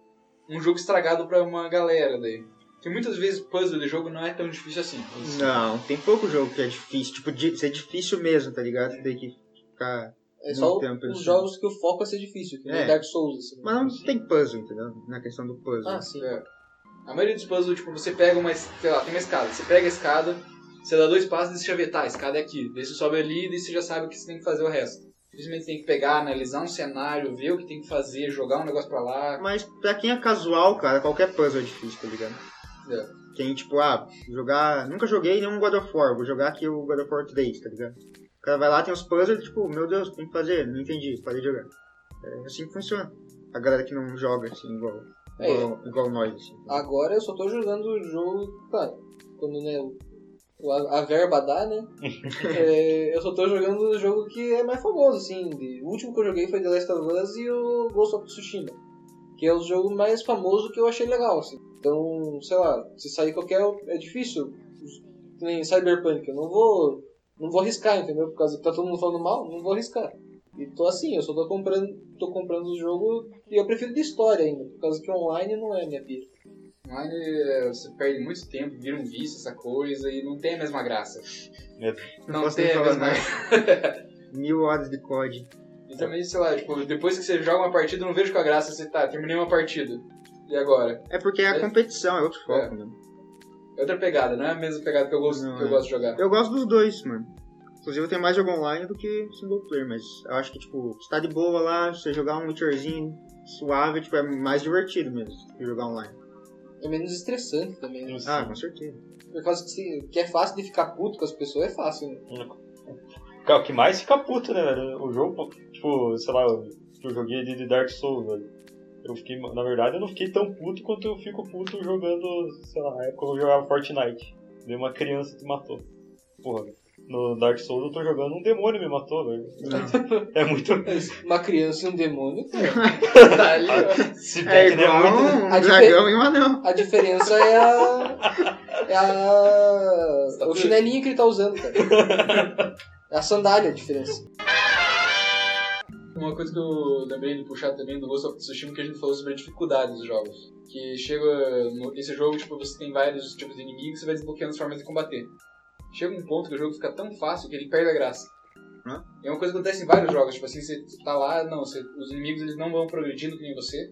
um jogo estragado pra uma galera daí. Porque muitas vezes puzzle de jogo não é tão difícil assim. Não, tem pouco jogo que é difícil. Tipo, de ser difícil mesmo, tá ligado? Tem que ficar. É só muito tempo, os assim. jogos que o foco é ser difícil, que nem É. Dark Souls, assim. Mas não tem puzzle, entendeu? Na questão do puzzle. Ah, sim. É. A maioria dos puzzles, tipo, você pega uma, es- sei lá, tem uma escada, você pega a escada, você dá dois passos e você já vê, tá, a escada é aqui. Daí você sobe ali e daí você já sabe o que você tem que fazer o resto. Simplesmente tem que pegar, analisar um cenário, ver o que tem que fazer, jogar um negócio pra lá. Mas pra quem é casual, cara, qualquer puzzle é difícil, tá ligado? É. Quem, tipo, ah, jogar. Nunca joguei nenhum God of War, vou jogar aqui o God of War 3, tá ligado? O cara vai lá, tem os puzzles, tipo, meu Deus, tem que fazer, não entendi, parei de jogar. É assim que funciona. A galera que não joga, assim, igual, É. igual, igual nós, assim. Agora eu só tô jogando o jogo, claro, quando né, o- a, a verba dá, né? É, eu só tô jogando o jogo que é mais famoso, assim. de- o último que eu joguei foi The Last of Us e o Ghost of Tsushima, que é o jogo mais famoso que eu achei legal, assim. Então, sei lá, se sair qualquer é difícil, que nem Cyberpunk, eu não vou, não vou arriscar, entendeu? Por causa que tá todo mundo falando mal, não vou arriscar. E tô assim, eu só tô comprando, tô comprando o jogo e eu prefiro de história ainda, por causa que online não é minha pira. Online é, você perde muito tempo, vira um vício, essa coisa, e não tem a mesma graça. É. Não, posso nem tem a falar nada. mesma Mil horas de COD. E também, sei lá, tipo, depois que você joga uma partida, eu não vejo com a graça, você tá, terminei uma partida. E agora? É porque é a É. competição, é outro foco, É. mano. É outra pegada, não é a mesma pegada que eu gosto, Não, que eu é. gosto de jogar. Eu gosto dos dois, mano. Inclusive eu tenho mais jogo online do que single player, mas eu acho que, tipo, se tá de boa lá, se você jogar um Witcherzinho suave, tipo, é mais divertido mesmo que jogar online. É menos estressante também. né? Ah, com certeza. Por causa que, se- que é fácil de ficar puto com as pessoas, é fácil, né? Cara, É, o que mais fica puto, né, velho? O jogo, tipo, sei lá, eu eu joguei ali de Dark Souls, velho. Eu fiquei, na verdade, eu não fiquei tão puto quanto eu fico puto jogando, sei lá, na época eu jogava Fortnite. Veio uma criança que matou. Porra, velho. no Dark Souls eu tô jogando um demônio me matou, velho. É muito. Uma criança e um demônio. Ali, Se É bem que né, igual muito. um A difer- dragão e um anão. A diferença é a. É a. O chinelinho que ele tá usando, cara. É a sandália a diferença. Uma coisa que eu lembrei de puxar também do Ghost of Tsushima é que a gente falou sobre a dificuldade dos jogos. Que chega no- nesse jogo, tipo, você tem vários tipos de inimigos e você vai desbloqueando as formas de combater. Chega um ponto que o jogo fica tão fácil que ele perde a graça. Hã? É uma coisa que acontece em vários jogos, tipo assim, você tá lá, não, você- os inimigos eles não vão progredindo que nem você.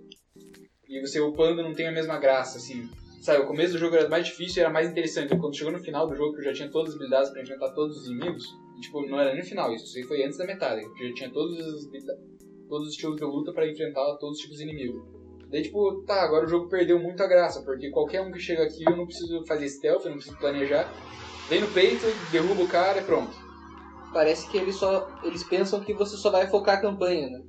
E você upando não tem a mesma graça, assim. Sabe, o começo do jogo era mais difícil e era mais interessante. Quando chegou no final do jogo, que eu já tinha todas as habilidades pra enfrentar todos os inimigos, e, tipo, não era nem o final, isso aí foi antes da metade, que eu já tinha todas as habilidades todos os estilos de luta pra enfrentar todos os tipos de inimigo. Daí, tipo, tá, agora o jogo perdeu muita graça, porque qualquer um que chega aqui eu não preciso fazer stealth, eu não preciso planejar. Vem no peito, derruba o cara e pronto. Parece que eles só. Eles pensam que você só vai focar a campanha, né?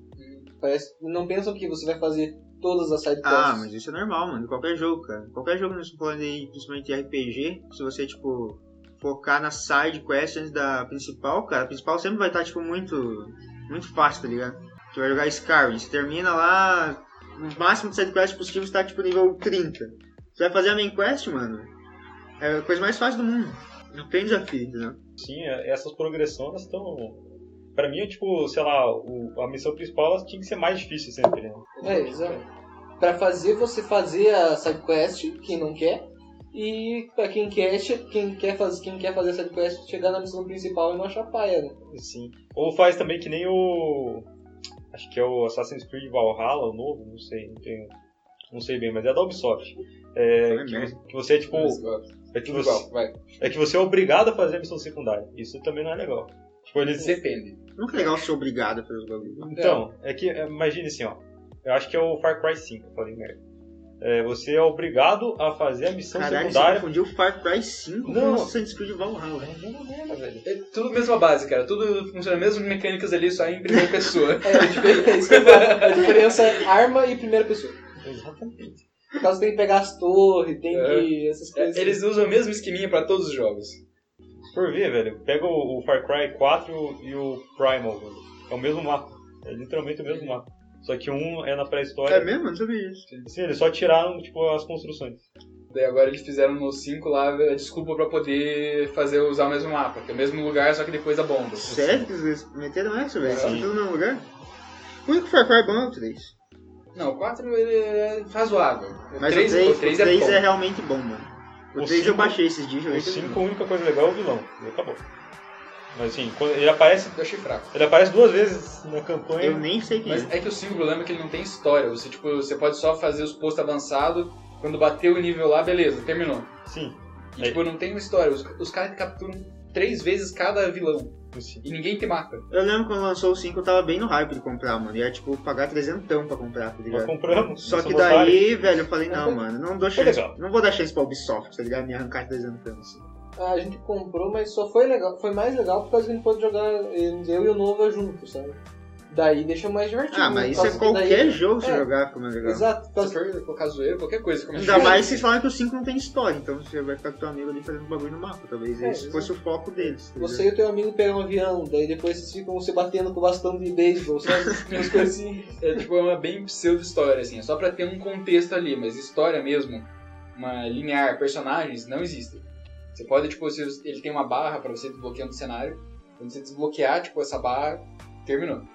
Parece, não pensam que você vai fazer todas as side Ah, quests. mas isso é normal, mano. Qualquer jogo, cara. Qualquer jogo nesse plano aí, principalmente RPG, se você, tipo, focar na side quest antes da principal, cara, a principal sempre vai estar, tipo, muito. Muito fácil, tá ligado? Você vai jogar Skyrim. Você termina lá. O máximo de sidequest possível está tipo nível 30. Você vai fazer a main quest, mano. É a coisa mais fácil do mundo. Não tem desafio, entendeu? Sim, é- essas progressões estão. Pra mim, é tipo, sei lá, o- a missão principal ela tinha que ser mais difícil sempre, né? É, exato. Pra fazer você fazer a sidequest, quem não quer, e pra quem quer, che- quem quer, faz, quem quer fazer a sidequest, chegar na missão principal e não achar paia, né? Sim. Ou faz também que nem o. Acho que é o Assassin's Creed Valhalla, o novo, não sei, não tenho. Não sei bem, mas é da Ubisoft. É, É que, mesmo. que você é tipo. É que Tudo você, igual, vai. é que você é obrigado a fazer a missão secundária. Isso também não é legal. Tipo, eles. Depende. Nunca é legal ser obrigado a fazer os bagulhos. Então, é que. é, Imagina assim, ó. Eu acho que é o Far Cry 5, eu falei merda. É, você é obrigado a fazer a missão Caralho, você secundária. confundiu Far Cry 5 Não. com Assassin's Creed Valhalla. É uma merda, velho. É tudo mesma base, cara. Tudo funciona mesmo mecânicas ali, só em primeira pessoa. É, a diferença, a diferença é arma e primeira pessoa. Exatamente. Por causa que tem que pegar as torres, tem que. essas coisas. É, Eles usam o mesmo esqueminha pra todos os jogos. Por ver, velho, pega o, o Far Cry 4 e o Primal, velho. É o mesmo mapa. É literalmente o mesmo mapa. Só que um é na pré-história. É mesmo? Eu Não sabia disso. Sim, eles só tiraram, tipo, as construções. Daí agora eles fizeram no 5 lá a desculpa pra poder fazer usar o mesmo mapa, que é o mesmo lugar, só que depois a bomba. Sério que vocês meteram essa, velho? Sim. Vocês estão no mesmo lugar? O único Far Cry bom é o 3. Não, o 4 ele é razoável. O Mas 3, o 3, o 3 é bom. é, realmente bom, mano. O, O 3 eu cinco- baixei esses dias. O joguei tudo. 5, a única coisa legal é o vilão. E acabou. Mas assim, quando ele aparece. Eu achei fraco. Ele aparece duas vezes na campanha. Eu nem sei quem é. Mas é que o 5 o problema é que ele não tem história. Você, tipo, você pode só fazer os postos avançados, quando bater o nível lá, beleza, terminou. Sim, E É. tipo, não tem uma história. Os, os caras capturam três vezes cada vilão. sim. E ninguém te mata. Eu lembro quando lançou o 5, eu tava bem no hype de comprar, mano. Ia, tipo, pagar 300 pra comprar, tá Nós ligado? compramos. Só nós que somos otários. daí, velho, eu falei, não, mano, não dou chance. legal. Não vou dar chance pra Ubisoft, tá ligado? Me arrancar assim." 300 Ah, A gente comprou, mas só foi legal. Foi mais legal por causa que a gente pôde jogar eh, eu e o Nova junto, sabe? Daí deixa mais divertido. né? Ah, mas por isso causa é que qualquer Tipo, daí- jogo se é. jogar, fica mais legal. Exato, por Se causa for colocar zoeira, qualquer coisa. Como Ainda mais vocês falam que o 5 não tem história, então você vai ficar com teu amigo ali fazendo um bagulho no mapa, talvez. É, Esse exato. fosse o foco deles. tá Você e o teu amigo pegam um avião, daí depois vocês ficam se batendo com o bastão de beisebol, sabe? Umas coisas assim. É tipo é uma bem pseudo-história, assim. É só pra ter um contexto ali, mas história mesmo, uma linear, personagens, não existe. Você pode, tipo, se ele tem uma barra pra você desbloquear no cenário. Quando você desbloquear, tipo, essa barra, terminou. ligado?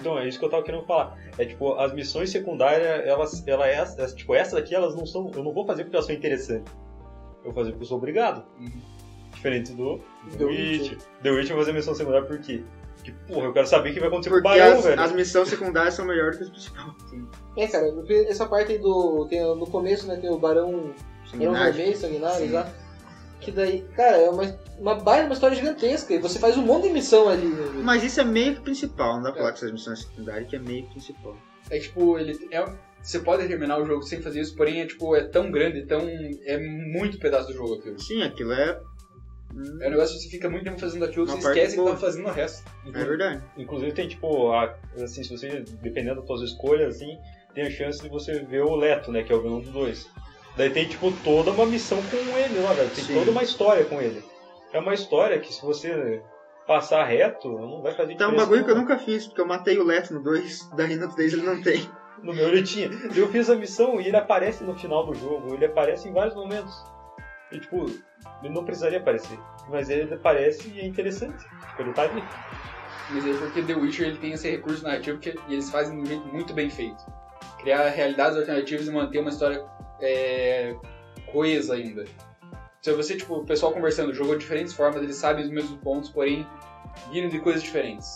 Então, é isso que eu tava querendo falar. É tipo, as missões secundárias, elas, ela é, é, tipo, essa daqui, elas não são. Eu não vou fazer porque elas são interessantes. Eu vou fazer porque eu sou obrigado. Uhum. Diferente do The The Witcher. Witch. The Witch eu vou fazer missão secundária por quê? Porque, porra, eu quero saber o que vai acontecer com o Porque Barão, as, Tipo velho. as missões secundárias são melhores que as principais. É, cara, porque essa parte aí do. Tem, no começo, né, tem o Barão, barão Sanguinário. Vermelho, Sanguinário, Sim. exato. Que daí, cara, é uma, uma baita, uma história gigantesca. E você faz um monte de missão ali. Né? Mas isso é meio que principal, não dá pra É. falar que essas missões secundárias que é meio que principal. É tipo, ele é. Você pode terminar o jogo sem fazer isso, porém é tipo, é tão grande, tão. é muito pedaço do jogo aquilo. Sim, aquilo é. Hum, É um negócio que você fica muito tempo fazendo aquilo, Uma você parte esquece que boa. tá fazendo o resto. é verdade. Inclusive tem tipo, a- assim, se você, dependendo das suas escolhas, assim, tem a chance de você ver o Leto, né, que é o vilão do 2. Daí tem tipo toda uma missão com ele lá, velho. Tem Sim. toda uma história com ele. É uma história que se você passar reto, não vai fazer Então, um diferença bagulho que eu nenhuma. nunca fiz, porque eu matei o Leto no 2, daí no 3 ele não tem. No meu ele tinha. Eu fiz a missão e ele aparece no final do jogo, ele aparece em vários momentos. E tipo, ele não precisaria aparecer. Mas ele aparece e é interessante. Tipo, ele tá ali. Mas é porque The Witcher ele tem esse recurso narrativo que eles fazem de um jeito muito bem feito. Criar realidades alternativas e manter uma história é, coesa ainda. Se você, tipo, o pessoal conversando, jogou de diferentes formas, eles sabem os mesmos pontos, porém vindo de coisas diferentes.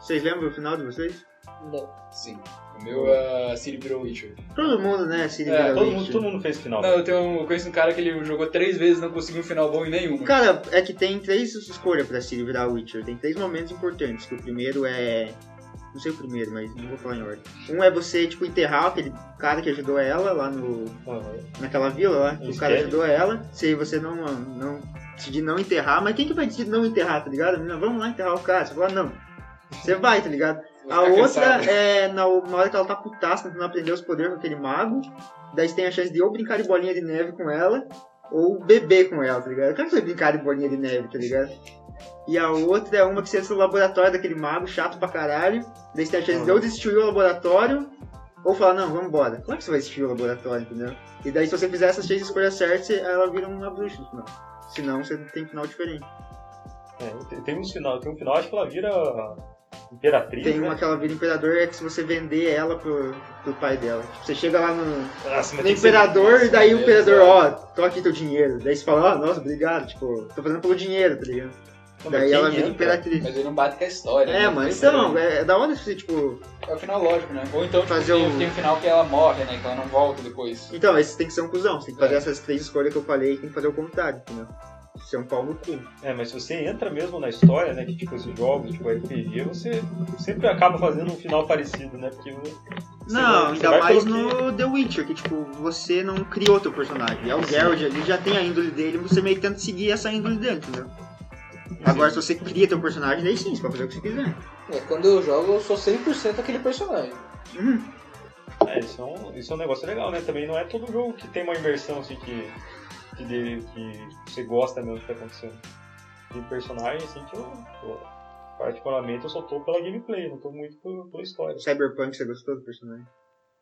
Vocês lembram o final de vocês? Não. Sim. O meu é City Virou Witcher. Todo mundo, né? Se É, liga Todo mundo, todo mundo fez final. Não, eu, tenho, eu conheço um cara que ele jogou três vezes e não conseguiu um final bom em nenhuma. Cara, é que tem três escolhas pra Siri virar Witcher. Tem três momentos importantes. Que o primeiro é. Não sei o primeiro, mas não vou falar em ordem. Um é você, tipo, enterrar aquele cara que ajudou ela lá no. naquela vila lá, que Os o cara Kelly. ajudou ela. Se você não, não decidir não enterrar, mas quem que vai decidir não enterrar, tá ligado? A menina, vamos lá enterrar o cara. Você fala, não. Você vai, tá ligado? Vou A ficar outra cansado. é na, na hora que ela tá putaça, tentando aprender os poderes com aquele mago. Daí você tem a chance de ou brincar de bolinha de neve com ela, ou beber com ela, tá ligado? Eu quero saber brincar de bolinha de neve, tá ligado? E a outra é uma que você entra no laboratório daquele mago chato pra caralho. Daí você tem a chance de ou destruir o laboratório, ou falar, não, vamos embora. Claro que você vai destruir o laboratório, entendeu? E daí se você fizer essas três escolhas certas, você- ela vira uma bruxa no final. Senão você tem um final diferente. É, tem- tem um final, tem um final, acho que ela vira imperatriz, Tem né? uma que ela vira imperador, é que se você vender ela pro, pro pai dela. Tipo, você chega lá no, Nossa, mas no tem que ser- imperador e daí o Nossa, imperador, Deus, ó, tô aqui teu dinheiro. Daí você fala, ó, nossa, obrigado, tipo, tô fazendo pelo dinheiro, tá ligado? Não, mas daí quem ela vira entra? imperatriz. Mas ele não bate com a história. É, né? mano, Isso aí. então, é, é da hora você, tipo. É o final lógico, né? Ou então tipo, Fazer tem, um- tem o final que ela morre, né? Que ela não volta depois. Então, aí você tem que ser um cuzão, você tem que fazer É. essas três escolhas que eu falei e tem que fazer o contrário, entendeu? Ser um pau no cu. É, mas se você entra mesmo na história, né, que tipo esses jogos, tipo RPG, você sempre acaba fazendo um final parecido, né? Porque você Não, vai- você ainda vai mais pelo que- no The Witcher, que tipo, você não criou teu personagem. É o Geralt ali, já tem a índole dele, você meio que tenta seguir essa índole dele, entendeu? Agora, se você cria teu personagem, daí sim, você pode fazer o que você quiser. É, quando eu jogo, eu sou 100% aquele personagem. Uhum. É, isso é, um, isso é um negócio legal, né? Também não é todo jogo que tem uma imersão assim que, que, dê- que você gosta mesmo do que tá acontecendo. Tem personagem assim que eu, eu- particularmente eu só tô pela gameplay, não tô muito pelo- pela história. Cyberpunk, você gostou do personagem?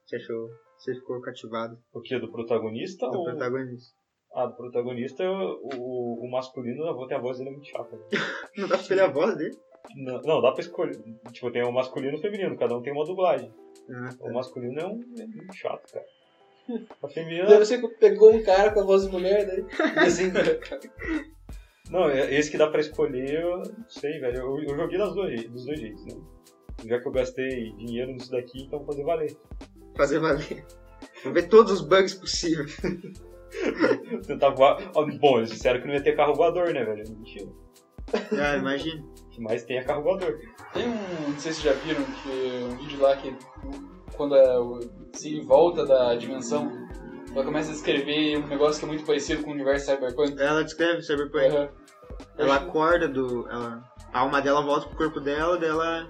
Você achou? Você ficou cativado O que? Do protagonista? do ou... protagonista? Ah, do protagonista, o, o masculino, a vo- tem a voz dele é muito chata. né? Não dá pra escolher a voz dele? Não, não, dá pra escolher. Tipo, tem o masculino e o feminino, cada um tem uma dublagem. Ah, O masculino é um é muito chato, cara. A Daí É. feminina. você pegou um cara com a voz de mulher, daí. Assim, Não, é- esse que dá pra escolher, eu não sei, velho. Eu, eu joguei das duas, jei- dos dois jeitos, né? Já que eu gastei dinheiro nisso daqui, então vou fazer valer. Fazer valer. Vou ver todos os bugs possíveis. Tentar voar. Ó, Bom, eles disseram que não ia ter carro voador, né, velho? Mentira. Ah, imagina. O que mais tem é carro voador. Tem um, não sei se vocês já viram, que um vídeo lá que quando a, o Siri volta da dimensão, ela começa a escrever um negócio que é muito parecido com o universo cyberpunk. Ela descreve É, Cyberpunk. Uhum. Ela acorda do. Ela, a alma dela volta pro corpo dela, dela.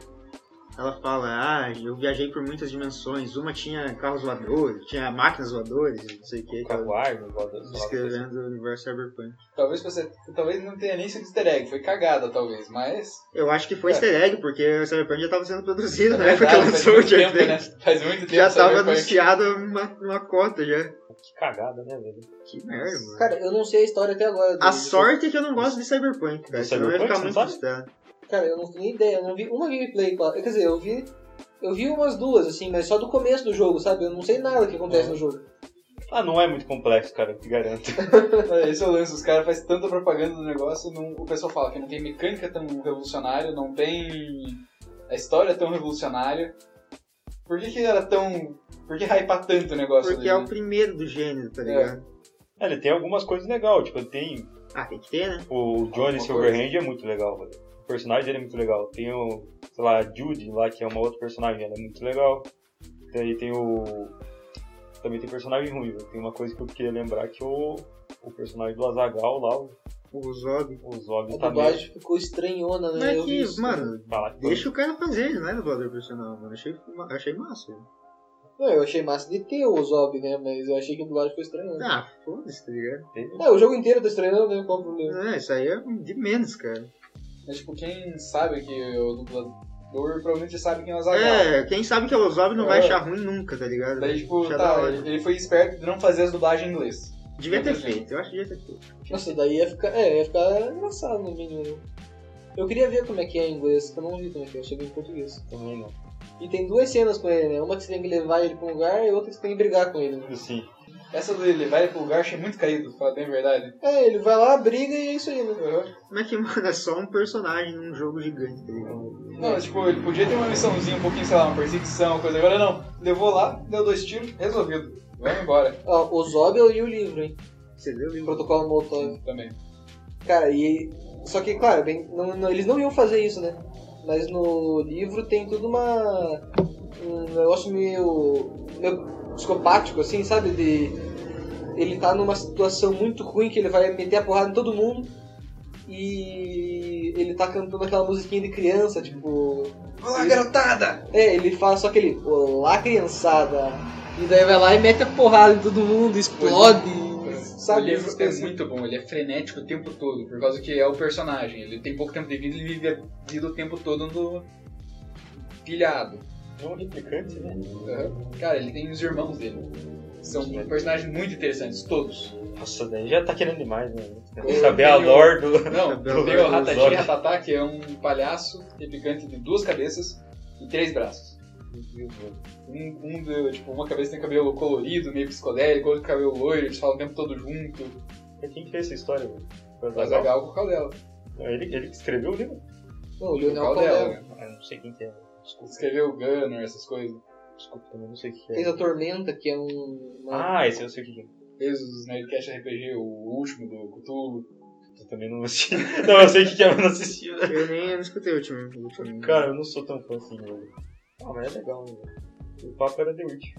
Ela fala, ah, eu viajei por muitas dimensões. Uma tinha carros voadores, tinha máquinas voadores, não sei o que. Um Carro arma, voador. sei lá, Descrevendo o universo cyberpunk. Talvez você, talvez não tenha nem sido easter egg, foi cagada talvez, mas... Eu acho que foi É. easter egg, porque o cyberpunk já tava sendo produzido na É época que verdade, lançou o faz muito tempo, Jordan. né? Faz muito tempo Já tava cyberpunk. anunciado uma, uma cota já. Que cagada, né, velho? Que merda, mano. Cara, eu não sei a história até agora. do- A do- sorte é que eu não gosto de cyberpunk, cara. Do Senão eu Cyberpunk, ia você ficar não muito sabe? frustrado. Cara, eu não tenho ideia, eu não vi uma gameplay. quase. Quer dizer, eu vi. Eu vi umas duas, assim, mas só do começo do jogo, sabe? Eu não sei nada que Uhum. acontece no jogo. Ah, não é muito complexo, cara, eu te garanto. É, Esse é o lance, os caras fazem tanta propaganda do negócio, não- o pessoal fala que não tem mecânica tão revolucionária, não tem a história tão revolucionária. Por que, que era tão. Por que hypar tanto o negócio Porque é dele, o né? primeiro do gênero, tá É. ligado? É, Ele tem algumas coisas legais, tipo, ele tem Ah, tem que ter, né? O Johnny Alguma Silverhand é muito legal, velho. O personagem dele é muito legal. Tem o, sei lá, a Judy lá, que é uma outra personagem, ela é muito legal. Daí tem o. Também tem personagem ruim, velho. Tem uma coisa que eu queria lembrar que o, o personagem do Azagal lá, o- O Zog. o A Zog tá meio. dublagem ficou estranhona, né? Mas é eu vi que, isso. mano, tá lá. deixa o cara fazer, ele não é dublador profissional, mano. Achei, ma- achei massa. velho. Não, eu achei massa de ter o Zob, né? Mas eu achei que a dublagem ficou estranhona. Ah, foda-se, tá ligado? É, o jogo inteiro tá estranhando, né? Qual o problema? Não, isso aí é de menos, cara. Mas, tipo, quem sabe que é o dublador provavelmente já sabe quem é o Azaghal. É, quem sabe que é o Zog não vai É. achar ruim nunca, tá ligado? Daí, tipo, Achar da tá, hora. ele ele foi esperto de não fazer as dublagens em inglês. Devia ter feito, eu acho que devia ter feito. Nossa, daí ia ficar. É, ia ficar engraçado no mínimo. né? Eu queria ver como é que é em inglês, que eu não vi como é que é, eu cheguei em português. Também não. E tem duas cenas com ele, né? Uma que você tem que levar ele pra um lugar e outra que você tem que brigar com ele. né? Assim, Essa do ele vai pro lugar, achei muito caído, pra falar bem a verdade. Uhum. É, ele vai lá, briga e é isso aí, né? Como é que, mano, é só um personagem num jogo gigante, tá ligado? Não, mas, tipo, ele podia ter uma missãozinha, um pouquinho, sei lá, uma perseguição, uma coisa. Agora não, levou lá, deu dois tiros, resolvido. Vamos embora. Ó, o Zob eu li o livro, hein? Você um- leu o livro? Protocolo Molotov. Também. Cara, e. Só que, claro, bem, não- não- eles não iam fazer isso, né? Mas no livro tem tudo uma. Um negócio meio. meio psicopático, assim, sabe? De. Ele tá numa situação muito ruim que ele vai meter a porrada em todo mundo. E. Ele tá cantando aquela musiquinha de criança, tipo. Olá, garotada! É, ele fala só aquele Olá criançada. E daí vai lá e mete a porrada em todo mundo, explode. Pois O sabe livro essas é coisas. muito bom, ele é frenético o tempo todo, por causa que é o personagem. Ele tem pouco tempo de vida, ele vive a vida o tempo todo no pilhado. É um replicante, né? Cara, ele tem os irmãos dele. São personagens muito interessantes, todos. Nossa, daí já tá querendo demais, né? Eu Saber a tenho- lore do. Não, Cabelo tem o verde, Ratatouille olhos. Ratatá, que é um palhaço replicante de duas cabeças e três braços. Um, um do- tipo, uma cabeça tem cabelo colorido, meio psicodélico, outro cabelo loiro, eles falam o tempo todo junto. É, Quem que fez essa história, velho? Foi o Mas a Azaghal? Gal com o Caldela. Ele, ele que escreveu o livro? Não, o O Leonel Caldela. Caldela né? Ah, eu não sei quem que é. Desculpa, Escreveu o Gunner, essas coisas. desculpa, eu não sei o que fez é. a Tormenta, que é um. uma- Ah, esse eu sei o que é. Fez os Nerdcast RPG, o último do Cthulhu. Eu também não assisti. Não, eu sei o que que é, mas não assisti. velho. Eu nem eu não escutei o último. o último. Cara, eu não sou tão fã assim, velho. Ah, mas é né, legal, velho. O papo era The Witch.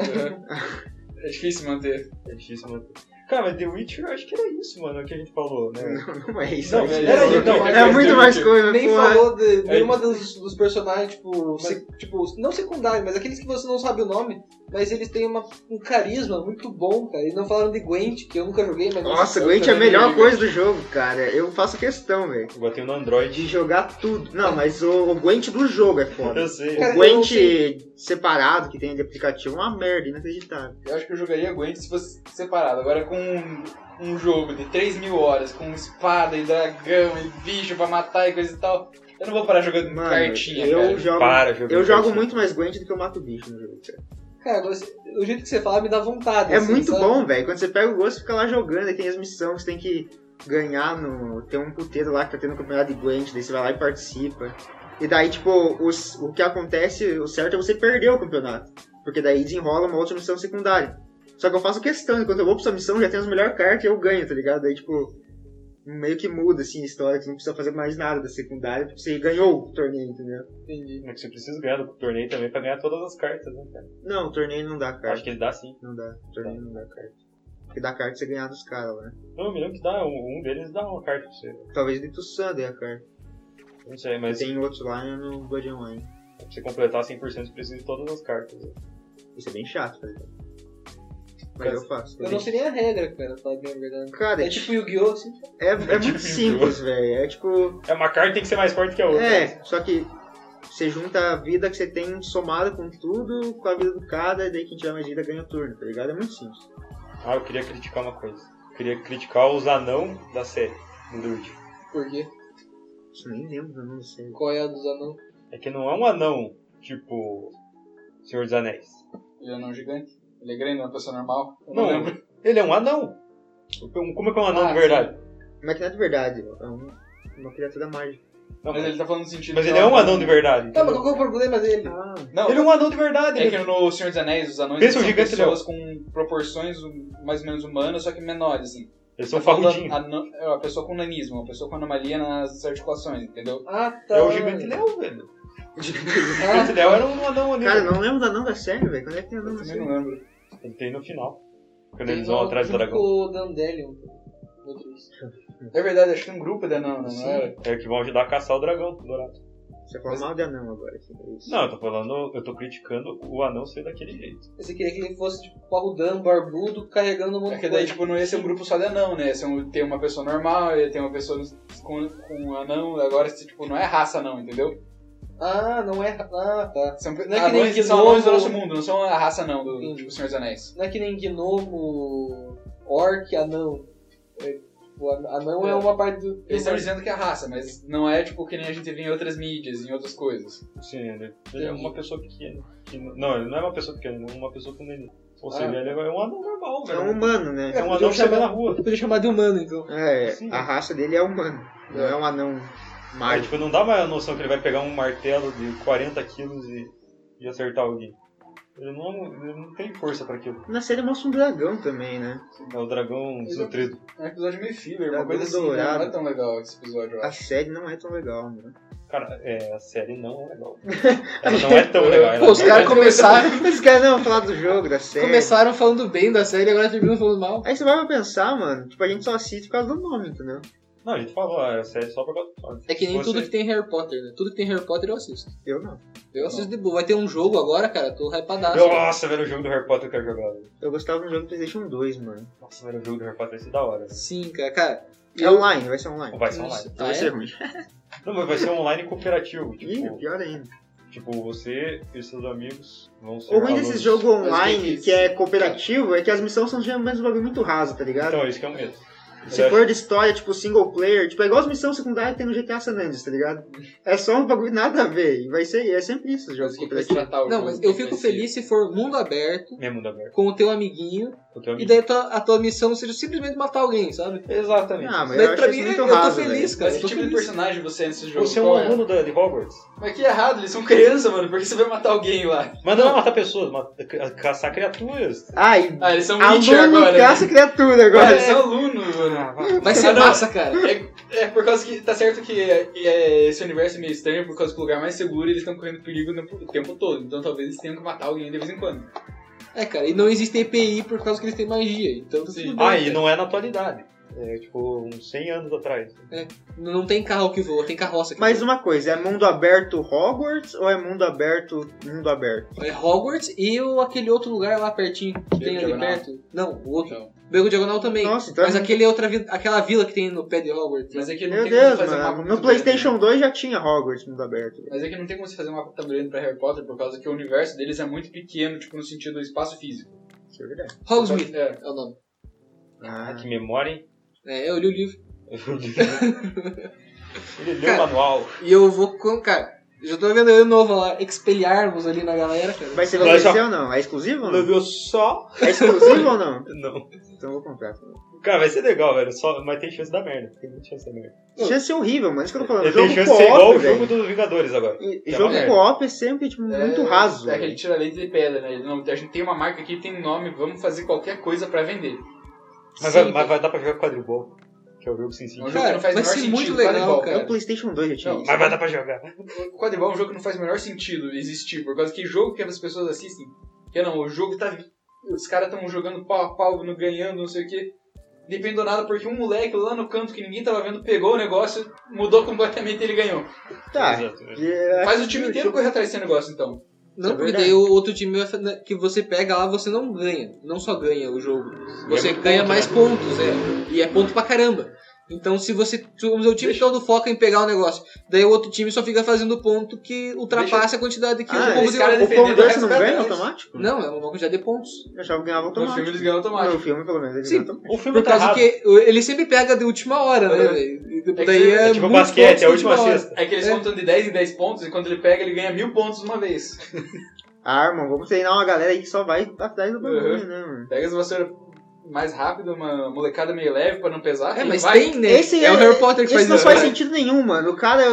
É difícil manter. É difícil, mano. Cara, mas The Witch eu acho que era isso, mano, é o que a gente falou, né? Não é isso. Não, é isso. era isso, não, é muito mais coisa, Nem porra. falou de nenhuma É. dos, dos personagens, tipo, sec- tipo, não secundário, mas aqueles que você não sabe o nome, mas eles têm uma, um carisma muito bom, cara. E não falaram de Gwent, que eu nunca joguei, mas. Nossa, eu Gwent é a também melhor joguei. coisa do jogo, cara. Eu faço questão, velho. Eu botei no Android. De jogar tudo. Não, mas o, o Gwent do jogo é foda. Eu sei. Cara, O eu não Gwent separado que tem de aplicativo é uma merda, inacreditável. Eu acho que eu jogaria Gwent se fosse separado. Agora com um, um jogo de 3 mil horas, com espada e dragão e bicho pra matar e coisa e tal, eu não vou parar jogando Mano, cartinha, eu cara. jogo. Para, jogo. Eu jogo muito mais Gwent do que eu mato bicho no jogo. cara. Cara, você- o jeito que você fala me dá vontade. É assim, muito sabe? bom, velho. Quando você pega o gosto, fica lá jogando. Aí tem as missões, você tem que ganhar no. Tem um puteiro lá que tá tendo um campeonato de Gwent, daí você vai lá e participa. E daí, tipo, os- o que acontece, o certo é você perder o campeonato. Porque daí desenrola uma outra missão secundária. Só que eu faço questão, enquanto eu vou pra essa missão, já tenho as melhores cartas e eu ganho, tá ligado? Daí, tipo, meio que muda assim a história, você não precisa fazer mais nada da secundária, porque você ganhou o torneio, entendeu? Entendi. Mas você precisa ganhar do torneio também pra ganhar todas as cartas, né, cara? Não, o torneio não dá Eu Acho carta. que É. ele dá sim. Não dá, o torneio não dá carta. Porque dá carta é você ganhar dos caras lá. Não, eu me lembro que dá. Um um deles dá uma carta pra você. Talvez de Tussan dê a carta. Eu Não sei, né, mas Mas tem outros lá e no Blood Online. pra você completar 100% você precisa de todas as cartas. Isso é bem chato, tá ligado? Mas eu faço. Eu não sei nem a regra, cara, pra falar bem a verdade. Cara, É tipo Yu-Gi-Oh! Assim. é, é muito simples, velho. É tipo. É uma carta tem que ser mais forte que a outra. É, só que você junta a vida que você tem somada com tudo, com a vida do cara, e daí quem tiver mais vida ganha o turno, tá ligado? É muito simples. Ah, eu queria criticar uma coisa. Eu queria criticar os anão da série, do Dude. Por quê? Isso eu nem lembro do nome da série. Qual é a dos anão? É que não é um anão, tipo. Senhor dos Anéis. Ele é um anão gigante. Ele é grande, é uma pessoa normal. Eu Não, não lembro. ele é um anão. Como é que é um anão Ah, de verdade? Mas que não é de verdade, é um- uma criatura mágica. Não, Mas mas, ele tá falando no sentido. mas que ele é um anão de verdade. Tá, mas qual que é o problema dele? Ah, Não, Ele é um anão de verdade. é ele- que no Senhor dos Anéis, os anões Pensa são um gigante pessoas com proporções hum, mais ou menos humanas, só que menores, assim. Eles são Tá falando farrudinhos. anão- É uma pessoa com nanismo, uma pessoa com anomalia nas articulações, entendeu? Ah, tá. É o gigante leão, velho. O Ah, gigante leão era um anão ali. Cara, velho. eu não lembro da nome da série, velho. Quando é que tem o Eu nome da também não série? lembro. Ele tem no final. Quando tem eles vão um atrás do junto dragão. com o Dandelion. Meu Deus. É verdade, acho que tem um grupo de anão, não Sim. era? É que vão ajudar a caçar o dragão dourado. Você falou mal de anão agora. assim, é isso. Não, eu tô falando, eu tô criticando o anão ser daquele jeito. Você queria que ele fosse, tipo, parrudão, barbudo, carregando um monte É de que daí, coisa. tipo, não ia ser um grupo só de anão, né? Ia ser um, tem uma pessoa normal, ia ter uma pessoa com, com um anão, agora, tipo, não é raça não, entendeu? Ah, não é. Ah, tá. São, nem anões que são gnomo- anões do nosso mundo, não são a raça não, do, Entendi. tipo, Senhor dos Anéis. Não é que nem gnomo, orc, anão. É, o an- anão é. É. uma parte do. Eles estão dizendo que é raça, mas não é tipo que nem a gente vê em outras mídias, em outras coisas. Sim, ele, ele é uma pessoa pequena. que não- não, ele não é uma pessoa pequena, ele é uma pessoa com neném. Ou seja, Ah. ele é um anão normal, É um velho. humano, né? É um Podia anão que você vê chamar- na rua. podia chamar de humano, então. É, Sim. a raça dele é humano, não é um anão É, mágico. tipo, não dá mais a noção que ele vai pegar um martelo de 40 quilos e, e acertar alguém. Ele não, ele não tem força pra aquilo. Na série mostra um dragão também, né? É o dragão desnutrido. É um episódio meio filler, Tá uma coisa assim, né? dourado. não é tão legal esse episódio, eu A acho. série não é tão legal, mano. Cara, é, a série não é legal. Ela não é tão legal. ela Pô, os não é caras tão- começaram, Os caras é, não falar do jogo, da série. começaram falando bem da série, agora terminam falando mal. Aí você vai pra pensar, mano, tipo, a gente só assiste por causa do nome, entendeu? Não, a gente falou, é série só por causa do Sonic. É que nem Você- tudo que tem Harry Potter, né? Tudo que tem Harry Potter eu assisto. Eu não. Eu assisto de boa. Vai ter um jogo agora, cara, tô hypadaço. Nossa, velho, o jogo do Harry Potter que eu quero jogar. velho. Eu gostava do jogo do Playstation 2, mano. Nossa, velho, o jogo do Harry Potter vai ser da hora. velho. Sim, cara. Cara, É online, vai ser online. Ou vai ser online. Nossa, Vai ah, ser é? ruim. Não, mas vai ser online cooperativo. Ih, Tipo, pior ainda. tipo, você e seus amigos vão ser. O ruim alunos. desses jogos online, eles- que é cooperativo, é que as missões são geralmente um bagulho muito raso, tá ligado? Então, isso que é o medo. Se for de história, tipo, single player, tipo, é igual as missões secundárias que tem no GTA San Andreas, tá ligado? É só um bagulho nada a ver. e Vai ser, é sempre isso, os jogos Mas quem vai cooperativos. tratar o Não, jogo? mas Quem eu vai fico ser? feliz se for mundo aberto, Mesmo da merda. com o teu amiguinho, Eu tenho e amigos. daí a tua, a tua missão seja simplesmente matar alguém, sabe? Exatamente. Ah, mas Mas eu acho pra isso mim, muito eu tô raso, feliz, velho. cara, Mas eu que tô tipo de feliz. personagem você é nesse jogo? Você é um Qual é? aluno da, de Hogwarts. Mas que errado, eles são criança, mano. Por que você vai matar alguém lá? Manda lá matar pessoas, mata- ca- caçar criaturas. Ah, e Ah, eles são Witcher aluno agora. né? caça criatura Agora agora. eles são alunos, mano. Vai ser É. Ah, não. massa, cara. É, é por causa que tá certo que é- que é esse universo é meio estranho, por causa que o lugar mais seguro eles estão correndo perigo no- o tempo todo. Então talvez eles tenham que matar alguém de vez em quando. É, cara, e não existe EPI por causa que eles têm magia. Então, tá Sim. tudo bem, Ah, e cara. não é na atualidade. É tipo uns 100 anos atrás. não... tem carro que voa, tem carroça que Mas voa. uma coisa, é mundo aberto Hogwarts ou é mundo aberto mundo aberto? É Hogwarts e o, aquele outro lugar lá pertinho que Beco tem ali Diagonal. perto. Não, o outro. Então, Bego Diagonal também. Nossa, então é Mas muito- aquele outra vi- aquela vila que tem no pé de Hogwarts. né? mas é que não Meu tem como Deus, você fazer um mapa mano. No muito PlayStation grande, 2 já tinha Hogwarts mundo aberto. né? Mas é que não tem como você fazer um mapa tão grande pra Harry Potter por causa que o universo deles é muito pequeno, tipo, no sentido do espaço físico. Isso é verdade. Hogsmeade É. é o nome. Ah, Ah, que memória, hein? É, eu li o livro. Ele leu o manual. E eu vou com. Cara, já tô vendo eu novo lá, expelharmos ali na galera, cara. Vai ser Nós valorizado ou não? É exclusivo ou não? viu só? É exclusivo ou não? Não. Então eu vou comprar. Cara, vai ser legal, velho. Só, mas tem chance da merda. Tem muita chance da merda. Isso ia ser horrível, mano. Isso que eu tô falando. Ele Jogo tem co-op, chance de ser igual o velho. jogo dos Vingadores agora. E- É uma Jogo merda. co-op é sempre tipo, muito raso. Então, É né? velho. aquele tira leite de pedra, né? Ele Não, a gente tem uma marca aqui, tem um nome, vamos fazer qualquer coisa pra vender. Mas, Sim, vai, mas vai dar pra jogar quadribol. Que é o jogo sem É um sentido. jogo que Cara, não vai faz o menor ser sentido. muito legal, quadribol, cara. É o PlayStation 2 já tinha Não, isso. Mas vai dar pra jogar. O Quadribol é um jogo que não faz o menor sentido existir, por causa que jogo que as pessoas assistem, que não, o jogo tá. Os caras estão jogando pau a pau, não ganhando, não sei o quê. Depende do nada, porque um moleque lá no canto que ninguém tava vendo pegou o negócio, mudou completamente e ele ganhou. Tá. Exato. E, é, Faz o time inteiro correr atrás desse negócio, então. Não, É porque verdade. daí o outro time vai fa- né, que você pega lá, você não ganha. Não só ganha o jogo. Você muito ganha ponto, mais né? pontos, é. E é ponto pra caramba. Então se você. se O seu time todo foca em pegar o negócio. Daí o outro time só fica fazendo ponto que ultrapassa a quantidade que é. Ah, o povo esse cara deu. O Play defendendo 2 não o resto ganha da- automático? Não, é uma quantidade de pontos. Eu achava que ganhava No filme automático. eles ganham automático. No filme, pelo menos, eles Sim. ganham automático. O filme Por tá causa errado. que é ele sempre pega de última hora, né, Uhum. velho? E que daí é É tipo muitos basquete, pontos é a de última hora. sexta. É que eles É. contam de 10 em 10 pontos e quando ele pega, ele ganha mil pontos de uma vez. Ah, irmão, vamos treinar uma galera aí que só vai atrás do bagulho, Uhum. né, mano? Pega as vassouras mais rápido, uma molecada meio leve pra não pesar. É, e mas vai. tem, né? Esse é, é- o Harry Potter que Isso faz não isso. faz né? sentido nenhum, mano. O cara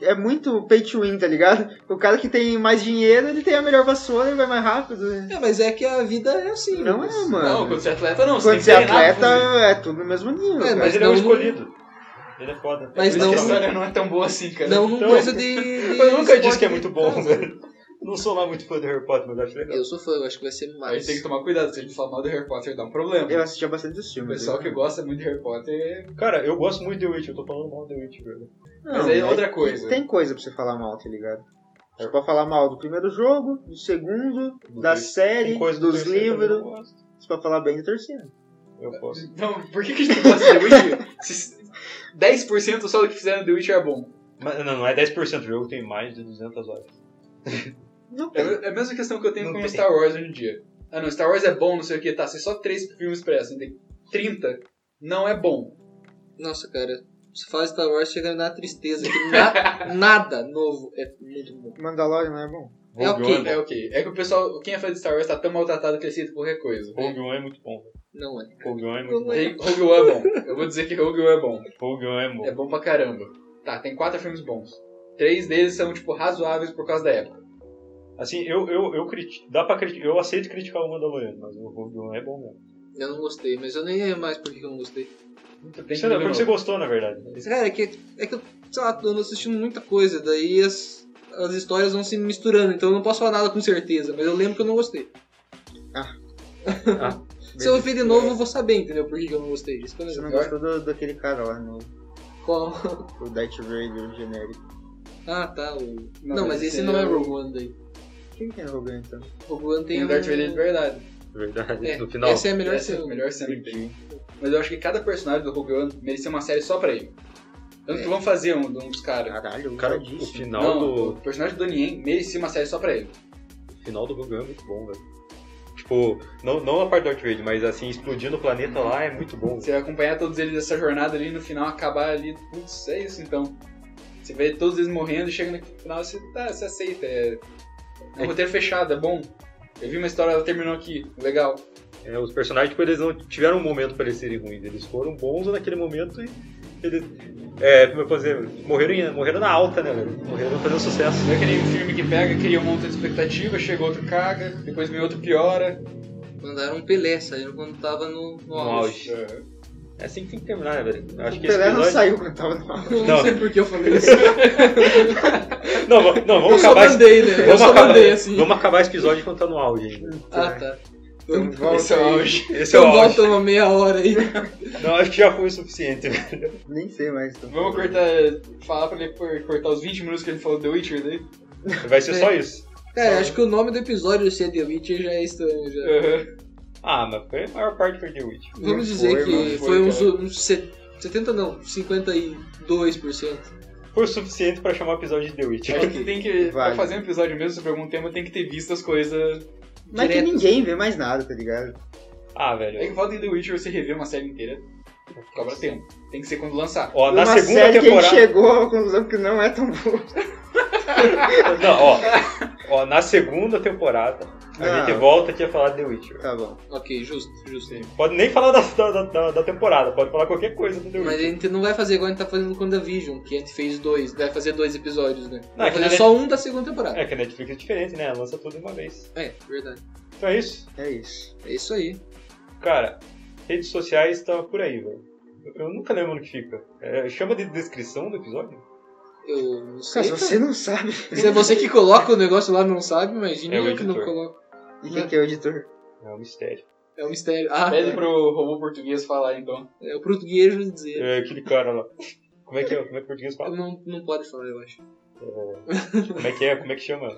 é, é muito pay to win, tá ligado? O cara que tem mais dinheiro, ele tem a melhor vassoura, ele vai mais rápido. né? É, mas é que a vida é assim. Não né? é, Não, mano. quando você é atleta, não. Quando tem você é que treinar pra atleta, fazer. é tudo no mesmo nível. É, cara. Mas Mas ele é não- um escolhido. Ele é foda. Mas Por isso não- que a história não é tão boa assim, cara. Não, não Então- coisa de. de Eu nunca disse esporte que é de muito bom, casa. velho. Não sou lá muito fã do Harry Potter, mas acho legal. Eu sou fã, eu acho que vai ser A gente mais. tem que tomar cuidado, se a gente falar mal do Harry Potter dá um problema. Eu assistia bastante dos O filmes. pessoal que né? gosta muito de Harry Potter. Cara, eu gosto muito de The Witch, eu tô falando mal de The Witch, velho. Não, Mas aí é né? outra coisa. Tem coisa pra você falar mal, tá ligado? Você pode falar mal do primeiro jogo, do segundo, da terceiro. série, Tem coisa do dos terceiro também livros. que eu gosto. Você pode falar bem do terceiro. Eu posso. Então, por que, que a gente gosta de The Witcher? Se 10% só do que fizeram The Witcher é bom. Mas, não, não é 10%, o jogo tem mais de 200 horas. Não É tem. a mesma questão que eu tenho Não com tem. Star Wars hoje em dia. Ah não, Star Wars é bom, não sei o que, tá, se só 3 filmes prestam, tem 30, não é bom. Nossa, cara, se fala Star Wars chega na tristeza. Que na- nada novo é muito bom. Mandalorian não é bom. É Rogue ok, One, É ok. É que o pessoal, quem é fã de Star Wars tá tão maltratado que aceita qualquer coisa. Rogue One é muito bom. Não é. Rogue One é muito bom. Tem- Rogue One é bom. Eu vou dizer que Rogue One é bom. Rogue One é bom. É bom pra caramba. Tá, tem quatro filmes bons. Três deles são, tipo, razoáveis por causa da época. Assim, eu, eu, eu critico. Dá pra criticar. Eu aceito criticar o Mandalorian, mas o Rogue One é bom mesmo. Eu não gostei, mas eu nem lembro mais por que eu não gostei. Então tem que Você, não, ver porque é você novo. gostou, na verdade. Cara, é que, é que eu, sei lá, tô andando assistindo muita coisa, daí as, as histórias vão se misturando, então eu não posso falar nada com certeza, mas eu lembro que eu não gostei. Ah. Ah. se eu ver de novo, eu vou saber, entendeu? Por que que eu não gostei. Isso que eu Você lembro. não gostou do, daquele cara lá no Qual? O Darth Vader genérico. Ah, tá. O... Não, Não, mas mas esse esse não é é o- Rogue One daí. Quem que é Rogan então? Rogue One tem um- Tem o Darth Vader de verdade. Verdade, É, no final. Essa é a melhor Essa é a cena. melhor cena que tem. Entendi. Mas eu acho que cada personagem do Rogue One merecia uma série só pra ele. Tanto É. que vão fazer um, de um dos caras. Caralho, O cara, o ousadíssimo. final o do. personagem do Donnie Yen merecia uma série só pra ele. O final do Rogan é muito bom, velho. Tipo, não, não a parte do Darth Vader, mas assim, explodindo o planeta lá é muito bom. Você vai acompanhar todos eles nessa jornada ali, no final acabar ali, putz, é isso então. Você vê todos eles morrendo e chega no final, você, tá, você aceita. É, é um roteiro fechado, é bom. Eu vi uma história, ela terminou aqui, legal. É, os personagens, tipo, eles não tiveram um momento pra eles serem ruins. Eles foram bons naquele momento e eles. É, como eu posso dizer, morreram, em- morreram na alta, né, velho? Morreram fazendo sucesso. Não é aquele filme que pega, cria um monte de expectativa, chega outro caga, depois vem outro piora. Mandaram um Pelé, saíram quando tava no, no auge. É assim que tem que terminar, né, velho? Eu Acho O que esse Pelé não episódio- saiu quando tava no auge. Eu Não, Não. sei por que eu falei isso. Não, va- não, Eu vamos só acabar. esse- mandei, né? Eu Vamos só acabar, mandei assim. vamos acabar esse episódio quando tá no auge ainda. Ah, tá. Então volta Esse é o aí. auge. Esse é o Então auge. volta uma meia hora aí. Não, acho que já foi o suficiente. velho. Nem sei mais. então. Vamos cortar, falar pra ele cor- cortar os 20 minutos que ele falou do The Witcher daí? Vai ser só isso. Cara, É, acho que o nome do episódio ser The Witcher já é estranho. Já. Ah, mas foi a maior parte foi The Witch. Não Vamos dizer foi, que não foi, foi, uns, cara. uns set- 70 não, 52%. Foi o suficiente pra chamar o episódio de The Witch. Acho que tem que, Vale. pra fazer um episódio mesmo sobre algum tema, tem que ter visto as coisas. Mas é que Direto. ninguém vê mais nada, tá ligado? Ah, É que velho. falta em The Witcher você rever uma série inteira, cobra tempo. Tem que ser quando lançar. Ó, na Uma segunda série temporada. que a gente chegou à conclusão que não é tão boa. Não, ó. Ó, na segunda temporada, a Não. gente volta aqui a falar de The Witcher. Tá bom. Ok, justo, justo. Pode nem falar da, da, da, da temporada, pode falar qualquer coisa do The Mas a Witcher. gente não vai fazer igual a gente tá fazendo com The Vision, que a gente fez dois, vai fazer dois episódios, né? Não, é Vai que fazer na só um da segunda temporada. É que a Netflix é diferente, né? Ela Lança tudo de uma vez. É, verdade. Então é isso. É isso. É isso aí. Cara, redes sociais tá por aí, velho. Eu- Eu nunca lembro onde que fica. É, chama de descrição do episódio? Eu não sei. Cara, se cara. você não sabe. Se é você que coloca o negócio lá e não sabe, imagina É o eu que não editor. coloco. E quem que é o editor? É um mistério. É um mistério. Ah, Pede pro robô português falar então. é o português dizer. É aquele cara lá. Como é que é? Como é que o português fala? Não, não pode falar, eu acho. Como é que é? Como é que chama?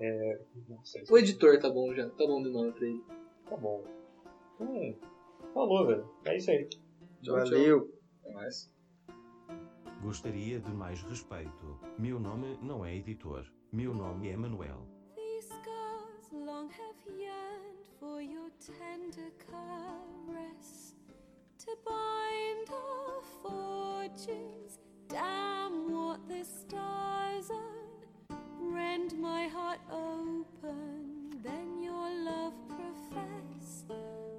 É. Não sei. O editor tá bom já, tá bom de nome pra ele. Tá bom. Hum, falou, velho. É isso aí. Tchau, Valeu. Até mais. Gostaria de mais respeito. Meu nome não é editor. Meu nome é Manuel. These scars long have yearned for your tender caress to bind our fortunes. Damn what the stars own. Rend my heart open, then your love profess.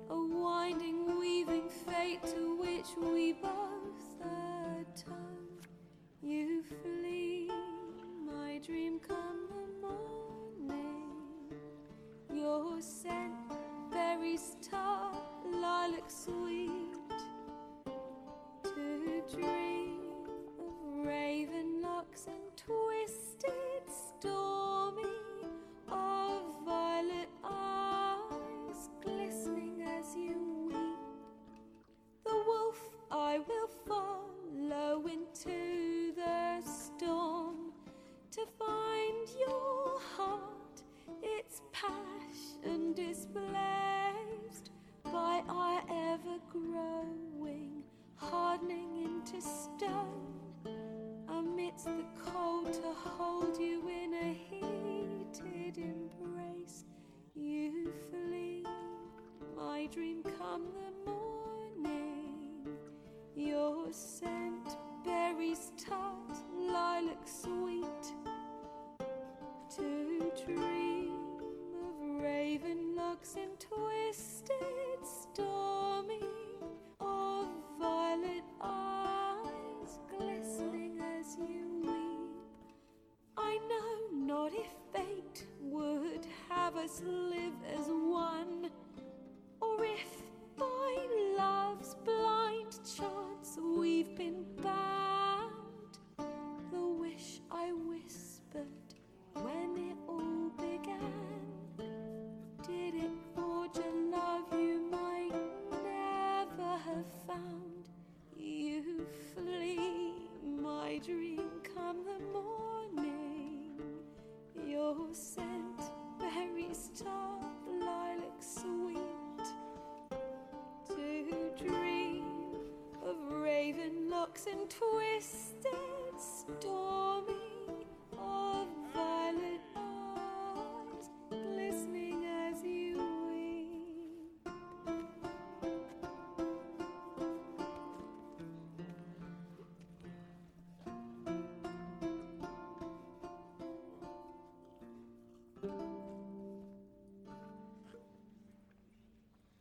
A winding, weaving fate to which we both atone. You flee, my dream come the morning. Your scent, berries tart, lilac sweet. To dream of raven locks and twisted stormy, of violet eyes glistening as you weep. The wolf I will follow into the storm to find your heart, its passion displaced by our ever growing, hardening into stone. Amidst the cold, to hold you in a heated embrace, you flee. My dream come the morning. Your scent, berries tart, lilac sweet. To dream of raven locks and twisted stormy, of violet eyes glistening as you weep. I know not if fate would have us live as one, or if by love's blind chance we've been bound. The wish I whispered when it all began. Did it forge a love you might never have found? You flee, locks and twisted stories.